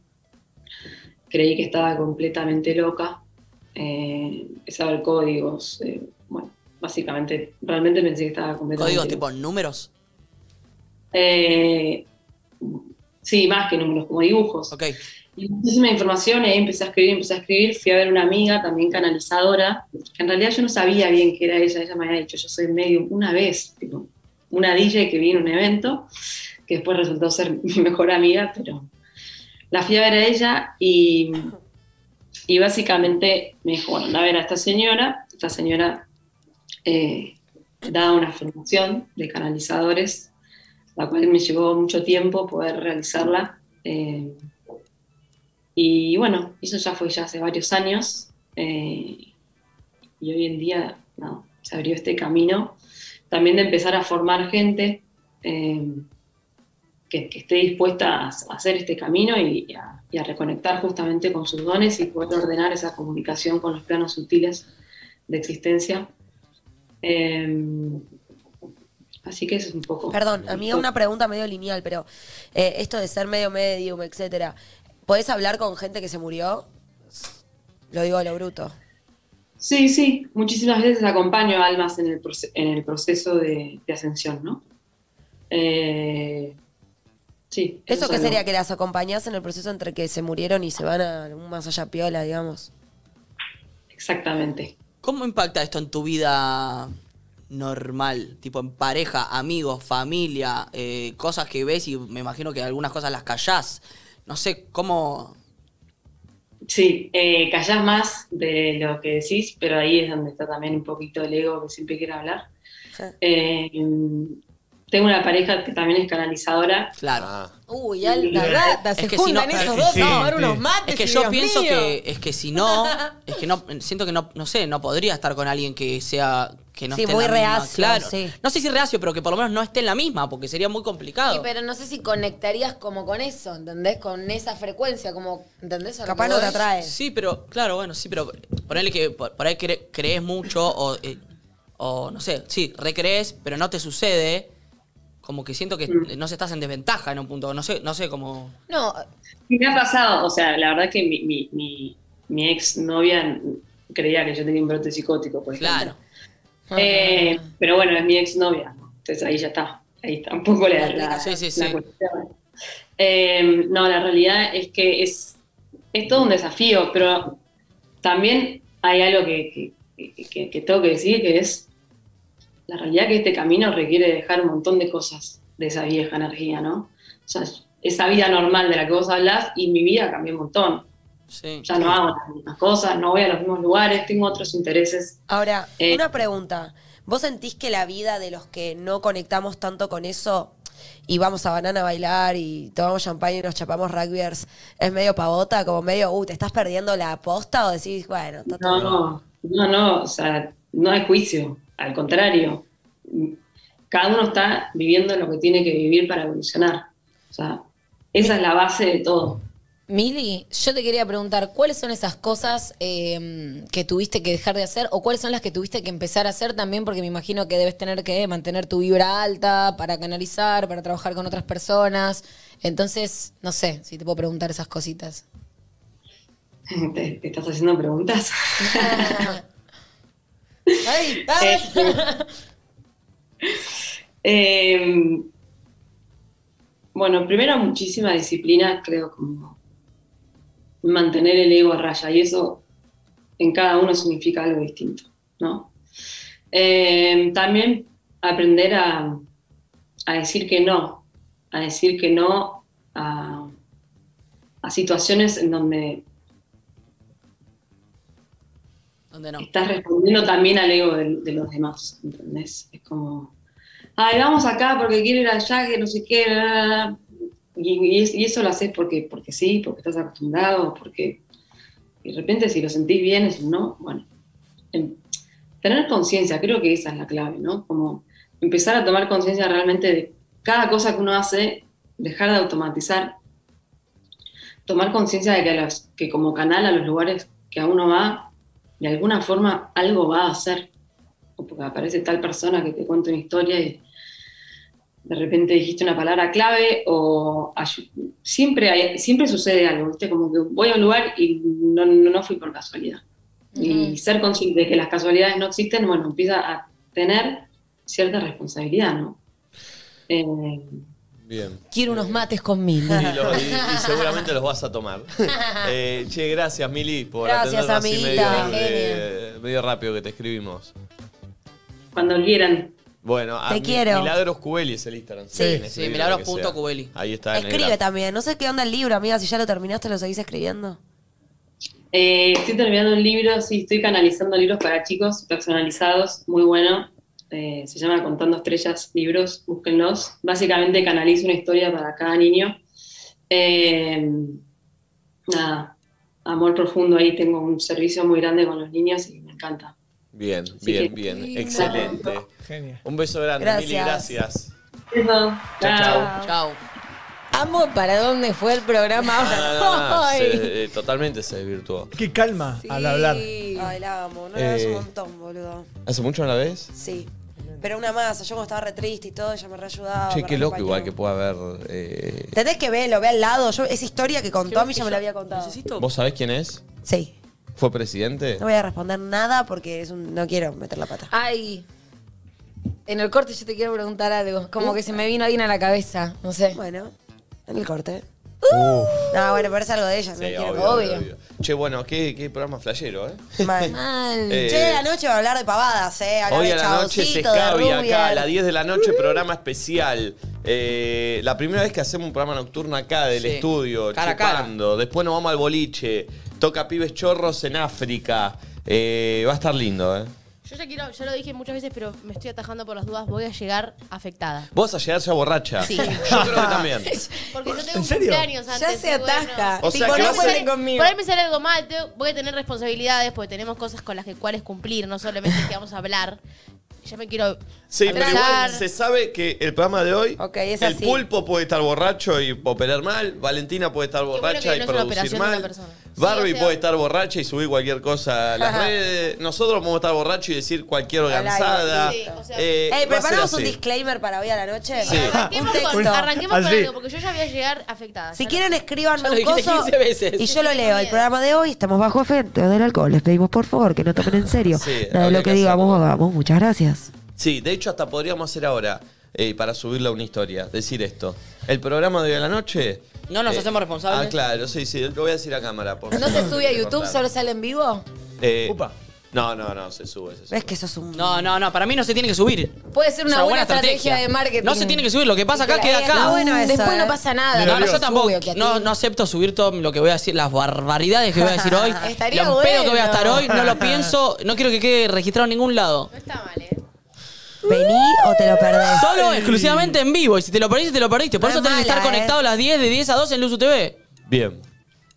Speaker 12: Creí que estaba completamente loca. Eh, empecé a ver códigos. eh, bueno, básicamente, realmente pensé que estaba completamente
Speaker 4: Códigos
Speaker 12: loca.
Speaker 4: tipo números.
Speaker 12: Eh, sí, más que números, como dibujos. Y muchísima información, y ahí empecé a escribir, empecé a escribir, fui a ver una amiga también canalizadora, que en realidad yo no sabía bien qué era ella, ella me había dicho, yo soy medio una vez, tipo, una DJ que vino a un evento, que después resultó ser mi mejor amiga, pero la fui a ver a ella y, y básicamente me dijo, bueno, anda a ver a esta señora, esta señora eh, da una formación de canalizadores la cual me llevó mucho tiempo poder realizarla. eh, y bueno, eso ya fue ya hace varios años. eh, y hoy en día nada, se abrió este camino. También de empezar a formar gente eh, que, que esté dispuesta a a hacer este camino y, y a, y a reconectar justamente con sus dones y poder ordenar esa comunicación con los planos sutiles de existencia. Eh, así que eso es un poco.
Speaker 3: Perdón, amiga, una pregunta medio lineal, pero eh, esto de ser medio medium, etcétera, ¿podés hablar con gente que se murió? Lo digo a lo bruto.
Speaker 12: Sí, sí, muchísimas veces acompaño a almas en el, proce- en el proceso de, de ascensión, ¿no? Eh, sí.
Speaker 3: ¿Eso qué
Speaker 12: es
Speaker 3: sería?
Speaker 12: algo.
Speaker 3: ¿Que las acompañás en el proceso entre que se murieron y se van a un más allá piola, digamos?
Speaker 12: Exactamente.
Speaker 4: ¿Cómo impacta esto en tu vida normal? Tipo en pareja, amigos, familia, eh, cosas que ves y me imagino que algunas cosas las callás. No sé cómo.
Speaker 12: Sí, eh, callás más de lo que decís, pero ahí es donde está también un poquito el ego que siempre quiere hablar. Eh, tengo una pareja que también es canalizadora.
Speaker 4: Claro.
Speaker 1: Ah,
Speaker 8: Uy, alta
Speaker 4: Es
Speaker 8: gata, se
Speaker 4: que si
Speaker 8: juntan
Speaker 4: no- es-
Speaker 8: esos dos
Speaker 4: sí,
Speaker 8: a tomar
Speaker 4: sí.
Speaker 8: unos mates.
Speaker 4: Es que
Speaker 8: y
Speaker 4: yo
Speaker 8: Dios
Speaker 4: pienso
Speaker 8: mío.
Speaker 4: que es que si no, es que no siento que no no sé, no podría estar con alguien que sea que no
Speaker 3: Sí,
Speaker 4: esté en
Speaker 3: muy
Speaker 4: la misma.
Speaker 3: reacio,
Speaker 4: Claro.
Speaker 3: sí.
Speaker 4: No sé si reacio, pero que por lo menos no esté en la misma, porque sería muy complicado.
Speaker 8: Sí, pero no sé si conectarías como con eso, ¿entendés? Con esa frecuencia, como, ¿entendés? A lo
Speaker 3: Capaz
Speaker 8: que
Speaker 3: no te
Speaker 8: voy.
Speaker 3: atrae.
Speaker 4: Sí, pero, claro, bueno, sí, pero ponele que por, por ahí cre- crees mucho o, eh, o, no sé, sí, recrees, pero no te sucede. Como que siento que
Speaker 12: Mm.
Speaker 4: no se estás en desventaja en un punto. No sé, no sé cómo.
Speaker 8: No,
Speaker 12: Y me ha pasado, o sea, la verdad que mi, mi, mi, mi ex novia creía que yo tenía un brote psicótico, por ejemplo. Claro. Eh, pero bueno, es mi ex novia, entonces ahí ya está. Ahí tampoco le da
Speaker 4: La
Speaker 12: la,
Speaker 4: explicación. Sí, sí,
Speaker 12: la
Speaker 4: sí.
Speaker 12: cuestión. Eh, no, la realidad es que es, es todo un desafío, pero también hay algo que, que- que- que- que tengo que decir, que es la realidad que este camino requiere dejar un montón de cosas de esa vieja energía, ¿no? O sea, esa vida normal de la que vos hablás y mi vida cambió un montón.
Speaker 4: Sí.
Speaker 12: Ya no hago las mismas cosas, no voy a los mismos lugares, tengo otros intereses.
Speaker 3: Ahora,
Speaker 12: Eh,
Speaker 3: una pregunta. ¿Vos sentís que la vida de los que no conectamos tanto con eso y vamos a banana a bailar y tomamos champagne y nos chapamos rugbyers es medio pavota? Como medio, uh, ¿te estás perdiendo la aposta? ¿O decís, bueno, está todo
Speaker 12: No,
Speaker 3: bien?
Speaker 12: no, no, no, o sea, no hay juicio, al contrario. Cada uno está viviendo lo que tiene que vivir para evolucionar. O sea, esa es la base de todo.
Speaker 8: Mili, yo te quería preguntar, ¿cuáles son esas cosas eh, que tuviste que dejar de hacer o cuáles son las que tuviste que empezar a hacer también? Porque me imagino que debes tener que mantener tu vibra alta para canalizar, para trabajar con otras personas. Entonces, no sé si te puedo preguntar esas cositas.
Speaker 12: Te, te estás haciendo preguntas.
Speaker 3: ¡Ay!
Speaker 8: eh,
Speaker 12: Eh, bueno, primero muchísima disciplina, creo, como mantener el ego a raya, y eso en cada uno significa algo distinto, ¿no? Eh, también aprender a, a decir que no, a decir que no a, a situaciones en donde
Speaker 4: ¿Dónde no?
Speaker 12: estás respondiendo también al ego del- de, los demás, ¿entendés? Es como, ay, vamos acá porque quiero ir allá, que no sé qué, bla, bla, bla". Y, y es- y eso lo haces porque, porque sí, porque estás acostumbrado, porque y de repente si lo sentís bien, si no, bueno. Em, tener conciencia, creo que esa es la clave, ¿no? Como empezar a tomar conciencia realmente de cada cosa que uno hace, dejar de automatizar, tomar conciencia de que, a los- que como canal a los lugares que a uno va, de alguna forma algo va a hacer. O porque aparece tal persona que te cuenta una historia y de repente dijiste una palabra clave o ayu- siempre, hay- siempre sucede algo, ¿viste? Como que voy a un lugar y no, no- no fui por casualidad. Y ser consciente de que las casualidades no existen, bueno, empieza a tener cierta responsabilidad, ¿no? Eh,
Speaker 1: Bien.
Speaker 8: Quiero unos mates con
Speaker 1: Y,
Speaker 8: Mili.
Speaker 1: lo- y- y seguramente los vas a tomar. Eh, che, gracias, Mili, por
Speaker 8: Gracias,
Speaker 1: atendernos así
Speaker 8: amiguita,
Speaker 1: medio, eh, medio rápido que te escribimos.
Speaker 12: cuando quieran.
Speaker 1: Bueno, a
Speaker 3: Te
Speaker 1: Mi-
Speaker 3: quiero.
Speaker 1: Milagros Cubeli es el Instagram.
Speaker 3: Sí.
Speaker 1: pueden
Speaker 3: Sí,
Speaker 1: escribir
Speaker 4: milagros
Speaker 1: lo que
Speaker 4: punto
Speaker 1: sea.
Speaker 4: Cubeli.
Speaker 1: Ahí está. en el
Speaker 3: Escribe
Speaker 1: graph.
Speaker 3: también. No sé qué onda el libro, amiga. Si ya lo terminaste, lo seguís escribiendo.
Speaker 12: Eh, estoy terminando un libro, sí, estoy canalizando libros para chicos personalizados, muy bueno. Eh, se llama Contando Estrellas Libros, búsquenlos. Básicamente canalizo una historia para cada niño. Eh, nada, amor profundo ahí, tengo un servicio muy grande con los niños y me encanta.
Speaker 1: Bien, bien,
Speaker 12: que-
Speaker 1: bien.
Speaker 12: Lindo.
Speaker 1: Excelente. Un beso grande, Mili,
Speaker 12: Gracias.
Speaker 1: gracias.
Speaker 12: Eso.
Speaker 1: Chao, chao.
Speaker 4: Chao.
Speaker 8: Amo para dónde fue el programa.
Speaker 3: Ah.
Speaker 1: No, no, no,
Speaker 8: hoy.
Speaker 1: se- eh, totalmente se desvirtuó.
Speaker 6: Qué calma al hablar.
Speaker 3: Ay, la amo. No la ves un
Speaker 1: Eh.
Speaker 3: montón, boludo.
Speaker 1: ¿Hace mucho no la ves?
Speaker 3: Sí. Pero una masa. Yo como estaba re triste y todo, ella me reayudaba.
Speaker 1: che,
Speaker 3: me
Speaker 1: qué loco
Speaker 3: reacompañaba.
Speaker 1: igual que pueda haber. eh,
Speaker 3: Tenés que verlo, ve al lado. Yo, esa historia que contó a mí ya me la había contado.
Speaker 1: ¿Vos sabés quién es?
Speaker 3: Sí.
Speaker 1: ¿Fue presidente?
Speaker 3: No voy a responder nada porque es un, no quiero meter la pata.
Speaker 8: Ay. En el corte yo te quiero preguntar algo. Como que se me vino alguien a la cabeza. No sé.
Speaker 3: Bueno, en el corte. Uh. No, bueno, pero es algo de ella.
Speaker 1: Sí,
Speaker 3: no quiero-
Speaker 1: obvio, obvio, obvio. Che, bueno, qué, qué programa flashero, ¿eh?
Speaker 3: Mal.
Speaker 1: Eh,
Speaker 3: che, la noche va a hablar de pavadas, ¿eh? Hablar
Speaker 1: Hoy
Speaker 3: de
Speaker 1: a la noche se
Speaker 3: Chaboncito, de
Speaker 1: escabia acá, a
Speaker 3: Rubias.
Speaker 1: las 10 de la noche, programa especial. Eh, la primera vez que hacemos un programa nocturno acá del
Speaker 4: Sí.
Speaker 1: estudio,
Speaker 4: Cara a cara.
Speaker 1: chupando. Después nos vamos al boliche. Toca pibes chorros en África. Eh, va a estar lindo, ¿eh?
Speaker 5: Yo ya quiero, yo lo dije muchas veces, pero me estoy atajando por las dudas, voy a llegar afectada.
Speaker 1: Vos a llegar ya borracha.
Speaker 5: Sí.
Speaker 1: Yo creo que también.
Speaker 5: Porque yo tengo
Speaker 1: ¿En serio?
Speaker 5: cumpleaños antes.
Speaker 8: Ya se
Speaker 5: y bueno,
Speaker 8: ataja.
Speaker 1: O sea,
Speaker 5: por
Speaker 1: que
Speaker 5: ahí
Speaker 1: vas a-
Speaker 5: me sale- Por ahí me sale algo mal, te- voy a tener responsabilidades porque tenemos cosas con las que cuales cumplir, no solamente que vamos a hablar. ya me quiero
Speaker 1: Sí, pero
Speaker 5: abrazar.
Speaker 1: igual se sabe que el programa de hoy,
Speaker 5: es
Speaker 1: el
Speaker 5: así.
Speaker 1: pulpo puede estar borracho y operar mal, Valentina puede estar borracha
Speaker 5: que no
Speaker 1: y
Speaker 5: es una
Speaker 1: producir
Speaker 5: operación de una
Speaker 1: mal,
Speaker 5: persona.
Speaker 1: Barbie
Speaker 5: Sí, o sea-
Speaker 1: puede estar borracha y subir cualquier cosa a las
Speaker 3: Ajá.
Speaker 1: redes, nosotros podemos estar borrachos y decir cualquier
Speaker 3: aire,
Speaker 1: organizada.
Speaker 3: sí,
Speaker 5: o sea-
Speaker 1: Eh,
Speaker 3: Ey,
Speaker 1: va a ser
Speaker 3: preparamos un
Speaker 1: así.
Speaker 3: disclaimer para hoy a la noche.
Speaker 1: Sí.
Speaker 3: Un
Speaker 5: Arranquemos con,
Speaker 3: texto.
Speaker 5: arranquemos con
Speaker 1: Así.
Speaker 5: algo, porque yo ya voy a llegar afectada.
Speaker 3: Si
Speaker 5: Ya
Speaker 3: quieren,
Speaker 5: no-
Speaker 3: escriban
Speaker 5: Ya lo
Speaker 3: un
Speaker 5: dijiste
Speaker 3: coso
Speaker 5: 15 veces.
Speaker 3: y yo lo leo. El programa de hoy estamos bajo efecto del alcohol. Les pedimos por favor que no tomen en serio.
Speaker 1: Sí,
Speaker 3: Nada de
Speaker 1: habría
Speaker 3: lo que
Speaker 1: que
Speaker 3: digamos, hagamos. Muchas gracias.
Speaker 1: Sí, de hecho hasta podríamos hacer ahora, eh, para subirla una historia, decir esto. El programa de hoy a la noche...
Speaker 4: No nos hacemos responsables.
Speaker 1: Ah, claro, sí, sí, lo voy a decir a cámara. Por
Speaker 8: ¿No
Speaker 1: si
Speaker 8: se
Speaker 1: lo
Speaker 8: sube a
Speaker 1: quieren
Speaker 8: YouTube,
Speaker 1: cortar.
Speaker 8: solo sale en vivo?
Speaker 1: Eh, No, no, no, se sube, se sube.
Speaker 3: ¿Ves que eso es un.?
Speaker 4: No, no, no, para mí no se tiene que subir.
Speaker 8: Puede ser
Speaker 4: Es
Speaker 8: una buena, estrategia, de marketing.
Speaker 4: No se tiene que subir, lo que pasa acá
Speaker 8: Eh,
Speaker 4: queda
Speaker 8: está
Speaker 4: acá.
Speaker 8: bueno eso, Después no eh. pasa nada.
Speaker 4: No, no,
Speaker 8: Obvio
Speaker 4: yo tampoco.
Speaker 8: que a ti-
Speaker 4: No, no acepto subir todo lo que voy a decir, las barbaridades que voy a decir hoy.
Speaker 8: Estaría
Speaker 4: lo pedo que voy a estar
Speaker 8: bueno.
Speaker 4: hoy, no lo pienso, no quiero que quede registrado en ningún lado.
Speaker 3: Vení o te lo perdés.
Speaker 4: Solo exclusivamente en vivo. Y si te lo perdiste, te lo perdiste. Por
Speaker 3: No
Speaker 4: eso
Speaker 3: es
Speaker 4: tenés que estar
Speaker 3: mala, eh.
Speaker 4: conectado a las 10, de 10 a 12 en Luz TV.
Speaker 1: Bien.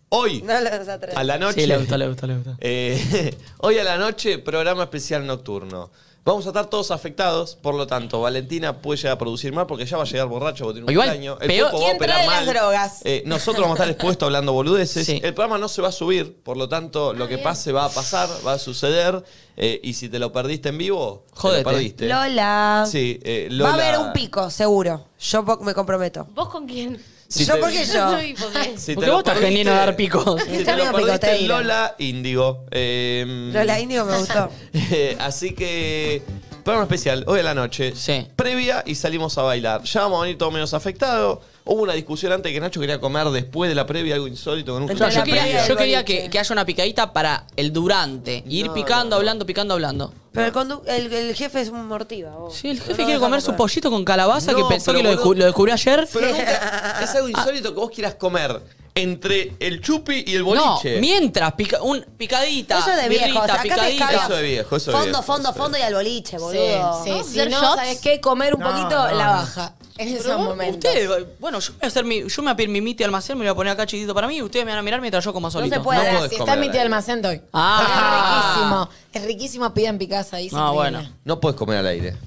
Speaker 1: Hoy,
Speaker 3: No los atrevés.
Speaker 1: a la noche...
Speaker 4: Sí, le gusta, le gusta, le gusta.
Speaker 1: Eh, hoy a la noche, programa especial nocturno. Vamos a estar todos afectados, por lo tanto, Valentina puede llegar a producir mal porque ya va a llegar borracho, va a tener un
Speaker 4: Igual,
Speaker 1: cumpleaños, El
Speaker 4: peor-
Speaker 1: cuerpo va a
Speaker 4: ¿Quién trae
Speaker 1: operar
Speaker 4: las
Speaker 1: mal.
Speaker 4: drogas?
Speaker 1: Eh, nosotros vamos a estar expuestos hablando boludeces. El programa no se va a subir, por lo tanto, lo que pase va a pasar, va a suceder. eh, y si te lo perdiste en vivo, te
Speaker 4: Jódete.
Speaker 1: lo perdiste.
Speaker 3: Lola.
Speaker 1: Sí, eh,
Speaker 3: Va
Speaker 1: Lola.
Speaker 3: a haber un pico, seguro. Yo po- me comprometo.
Speaker 5: ¿Vos con quién?
Speaker 1: Si Yo, te- ¿por qué
Speaker 5: Yo
Speaker 3: yo?
Speaker 5: soy hipócrita.
Speaker 1: Si
Speaker 4: Porque
Speaker 1: te lo
Speaker 4: vos estás
Speaker 1: perdiste-
Speaker 4: genial en dar picos.
Speaker 1: Si
Speaker 3: Está
Speaker 1: te lo
Speaker 3: medio picotero.
Speaker 1: perdiste, Lola Índigo. Eh,
Speaker 3: Lola Indio me gustó.
Speaker 1: Eh, así que, programa especial, hoy en la noche. Previa y salimos a bailar. Ya vamos a venir todos menos afectados. Hubo una discusión antes que Nacho quería comer después de la previa, algo insólito con un
Speaker 4: No,
Speaker 1: cliente.
Speaker 4: yo quería, yo quería que, que haya una picadita para el durante. Ir
Speaker 1: No, no.
Speaker 4: picando, hablando, picando, hablando.
Speaker 3: Pero el, condu- el, el jefe es un mortiva. vos.
Speaker 4: Sí, el jefe quiere comer su pollito con calabaza que
Speaker 1: No,
Speaker 4: pensó
Speaker 1: pero
Speaker 4: que lo,
Speaker 1: boludo-
Speaker 4: descu- lo descubrió ayer.
Speaker 1: Pero nunca- es algo insólito que vos quieras comer entre el chupi y el
Speaker 4: No,
Speaker 1: boliche.
Speaker 4: mientras, pica, un, picadita.
Speaker 3: Eso es de
Speaker 4: birrita,
Speaker 3: viejo. o sea, acá se
Speaker 4: picadita.
Speaker 3: escala
Speaker 1: Eso de viejo, eso de
Speaker 3: Fondo,
Speaker 1: viejo,
Speaker 3: fondo,
Speaker 1: eso de
Speaker 3: fondo y al boliche, boludo.
Speaker 8: Sí,
Speaker 3: Vamos a
Speaker 8: si
Speaker 3: hacer
Speaker 8: no,
Speaker 3: shots.
Speaker 8: ¿sabes qué? Comer un
Speaker 3: No,
Speaker 8: poquito
Speaker 3: no,
Speaker 8: la
Speaker 3: no.
Speaker 8: baja. En
Speaker 4: Pero
Speaker 8: esos
Speaker 4: vos-
Speaker 8: momentos.
Speaker 4: Ustedes, va- bueno, yo me voy a hacer mi, yo me voy a pedir mi mite almacén, me lo voy a poner acá chiquitito para mí y ustedes me van a mirar mientras yo como
Speaker 8: No
Speaker 4: solito.
Speaker 8: se puede.
Speaker 1: podés
Speaker 8: si
Speaker 1: comer
Speaker 8: está
Speaker 1: al
Speaker 8: mi
Speaker 1: aire.
Speaker 8: tía almacén, doy.
Speaker 4: Ah.
Speaker 8: Es riquísimo. Es riquísimo, pidan picasa ahí.
Speaker 4: Ah,
Speaker 8: se
Speaker 4: bueno.
Speaker 8: piden.
Speaker 1: No puedes comer al aire.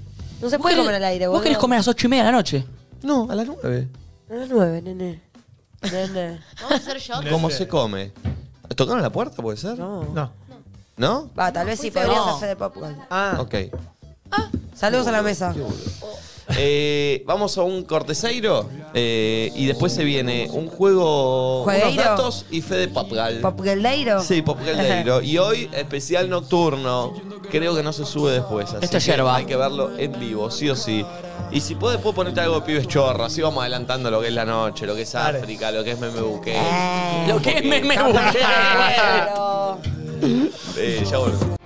Speaker 3: No se puede comer al aire, boludo.
Speaker 4: ¿Vos querés comer a las ocho y media de la noche?
Speaker 1: No, a las nueve.
Speaker 3: A las nueve, nene. Nene.
Speaker 5: ¿Vamos a hacer shots?
Speaker 1: ¿Cómo se come? ¿Tocaron la puerta, puede ser?
Speaker 3: No.
Speaker 6: No.
Speaker 1: ¿No?
Speaker 3: Va, tal vez sí
Speaker 8: fuiste
Speaker 3: podrías
Speaker 8: vos.
Speaker 3: hacer de popcorn.
Speaker 1: Ok.
Speaker 3: Saludos a la mesa.
Speaker 1: Eh, vamos a un corteseiro eh, y después se viene un juego. Unos
Speaker 3: ¿Juegueiro?
Speaker 1: datos y Fede Papgal.
Speaker 3: ¿Popgeldeiro?
Speaker 1: Sí, Popgaldeiro. Y hoy, especial nocturno. Creo que no se sube después. Así
Speaker 4: Esto es
Speaker 1: que
Speaker 4: yerba.
Speaker 1: Hay que verlo en vivo, sí o sí. Y si puedes, puedo ponerte algo de pibes chorro. Así vamos adelantando lo que es la noche, lo que es África, lo que es Meme
Speaker 4: Eh.
Speaker 8: Eh.
Speaker 1: Buque.
Speaker 4: Lo que me me
Speaker 1: Eh, ya volvemos.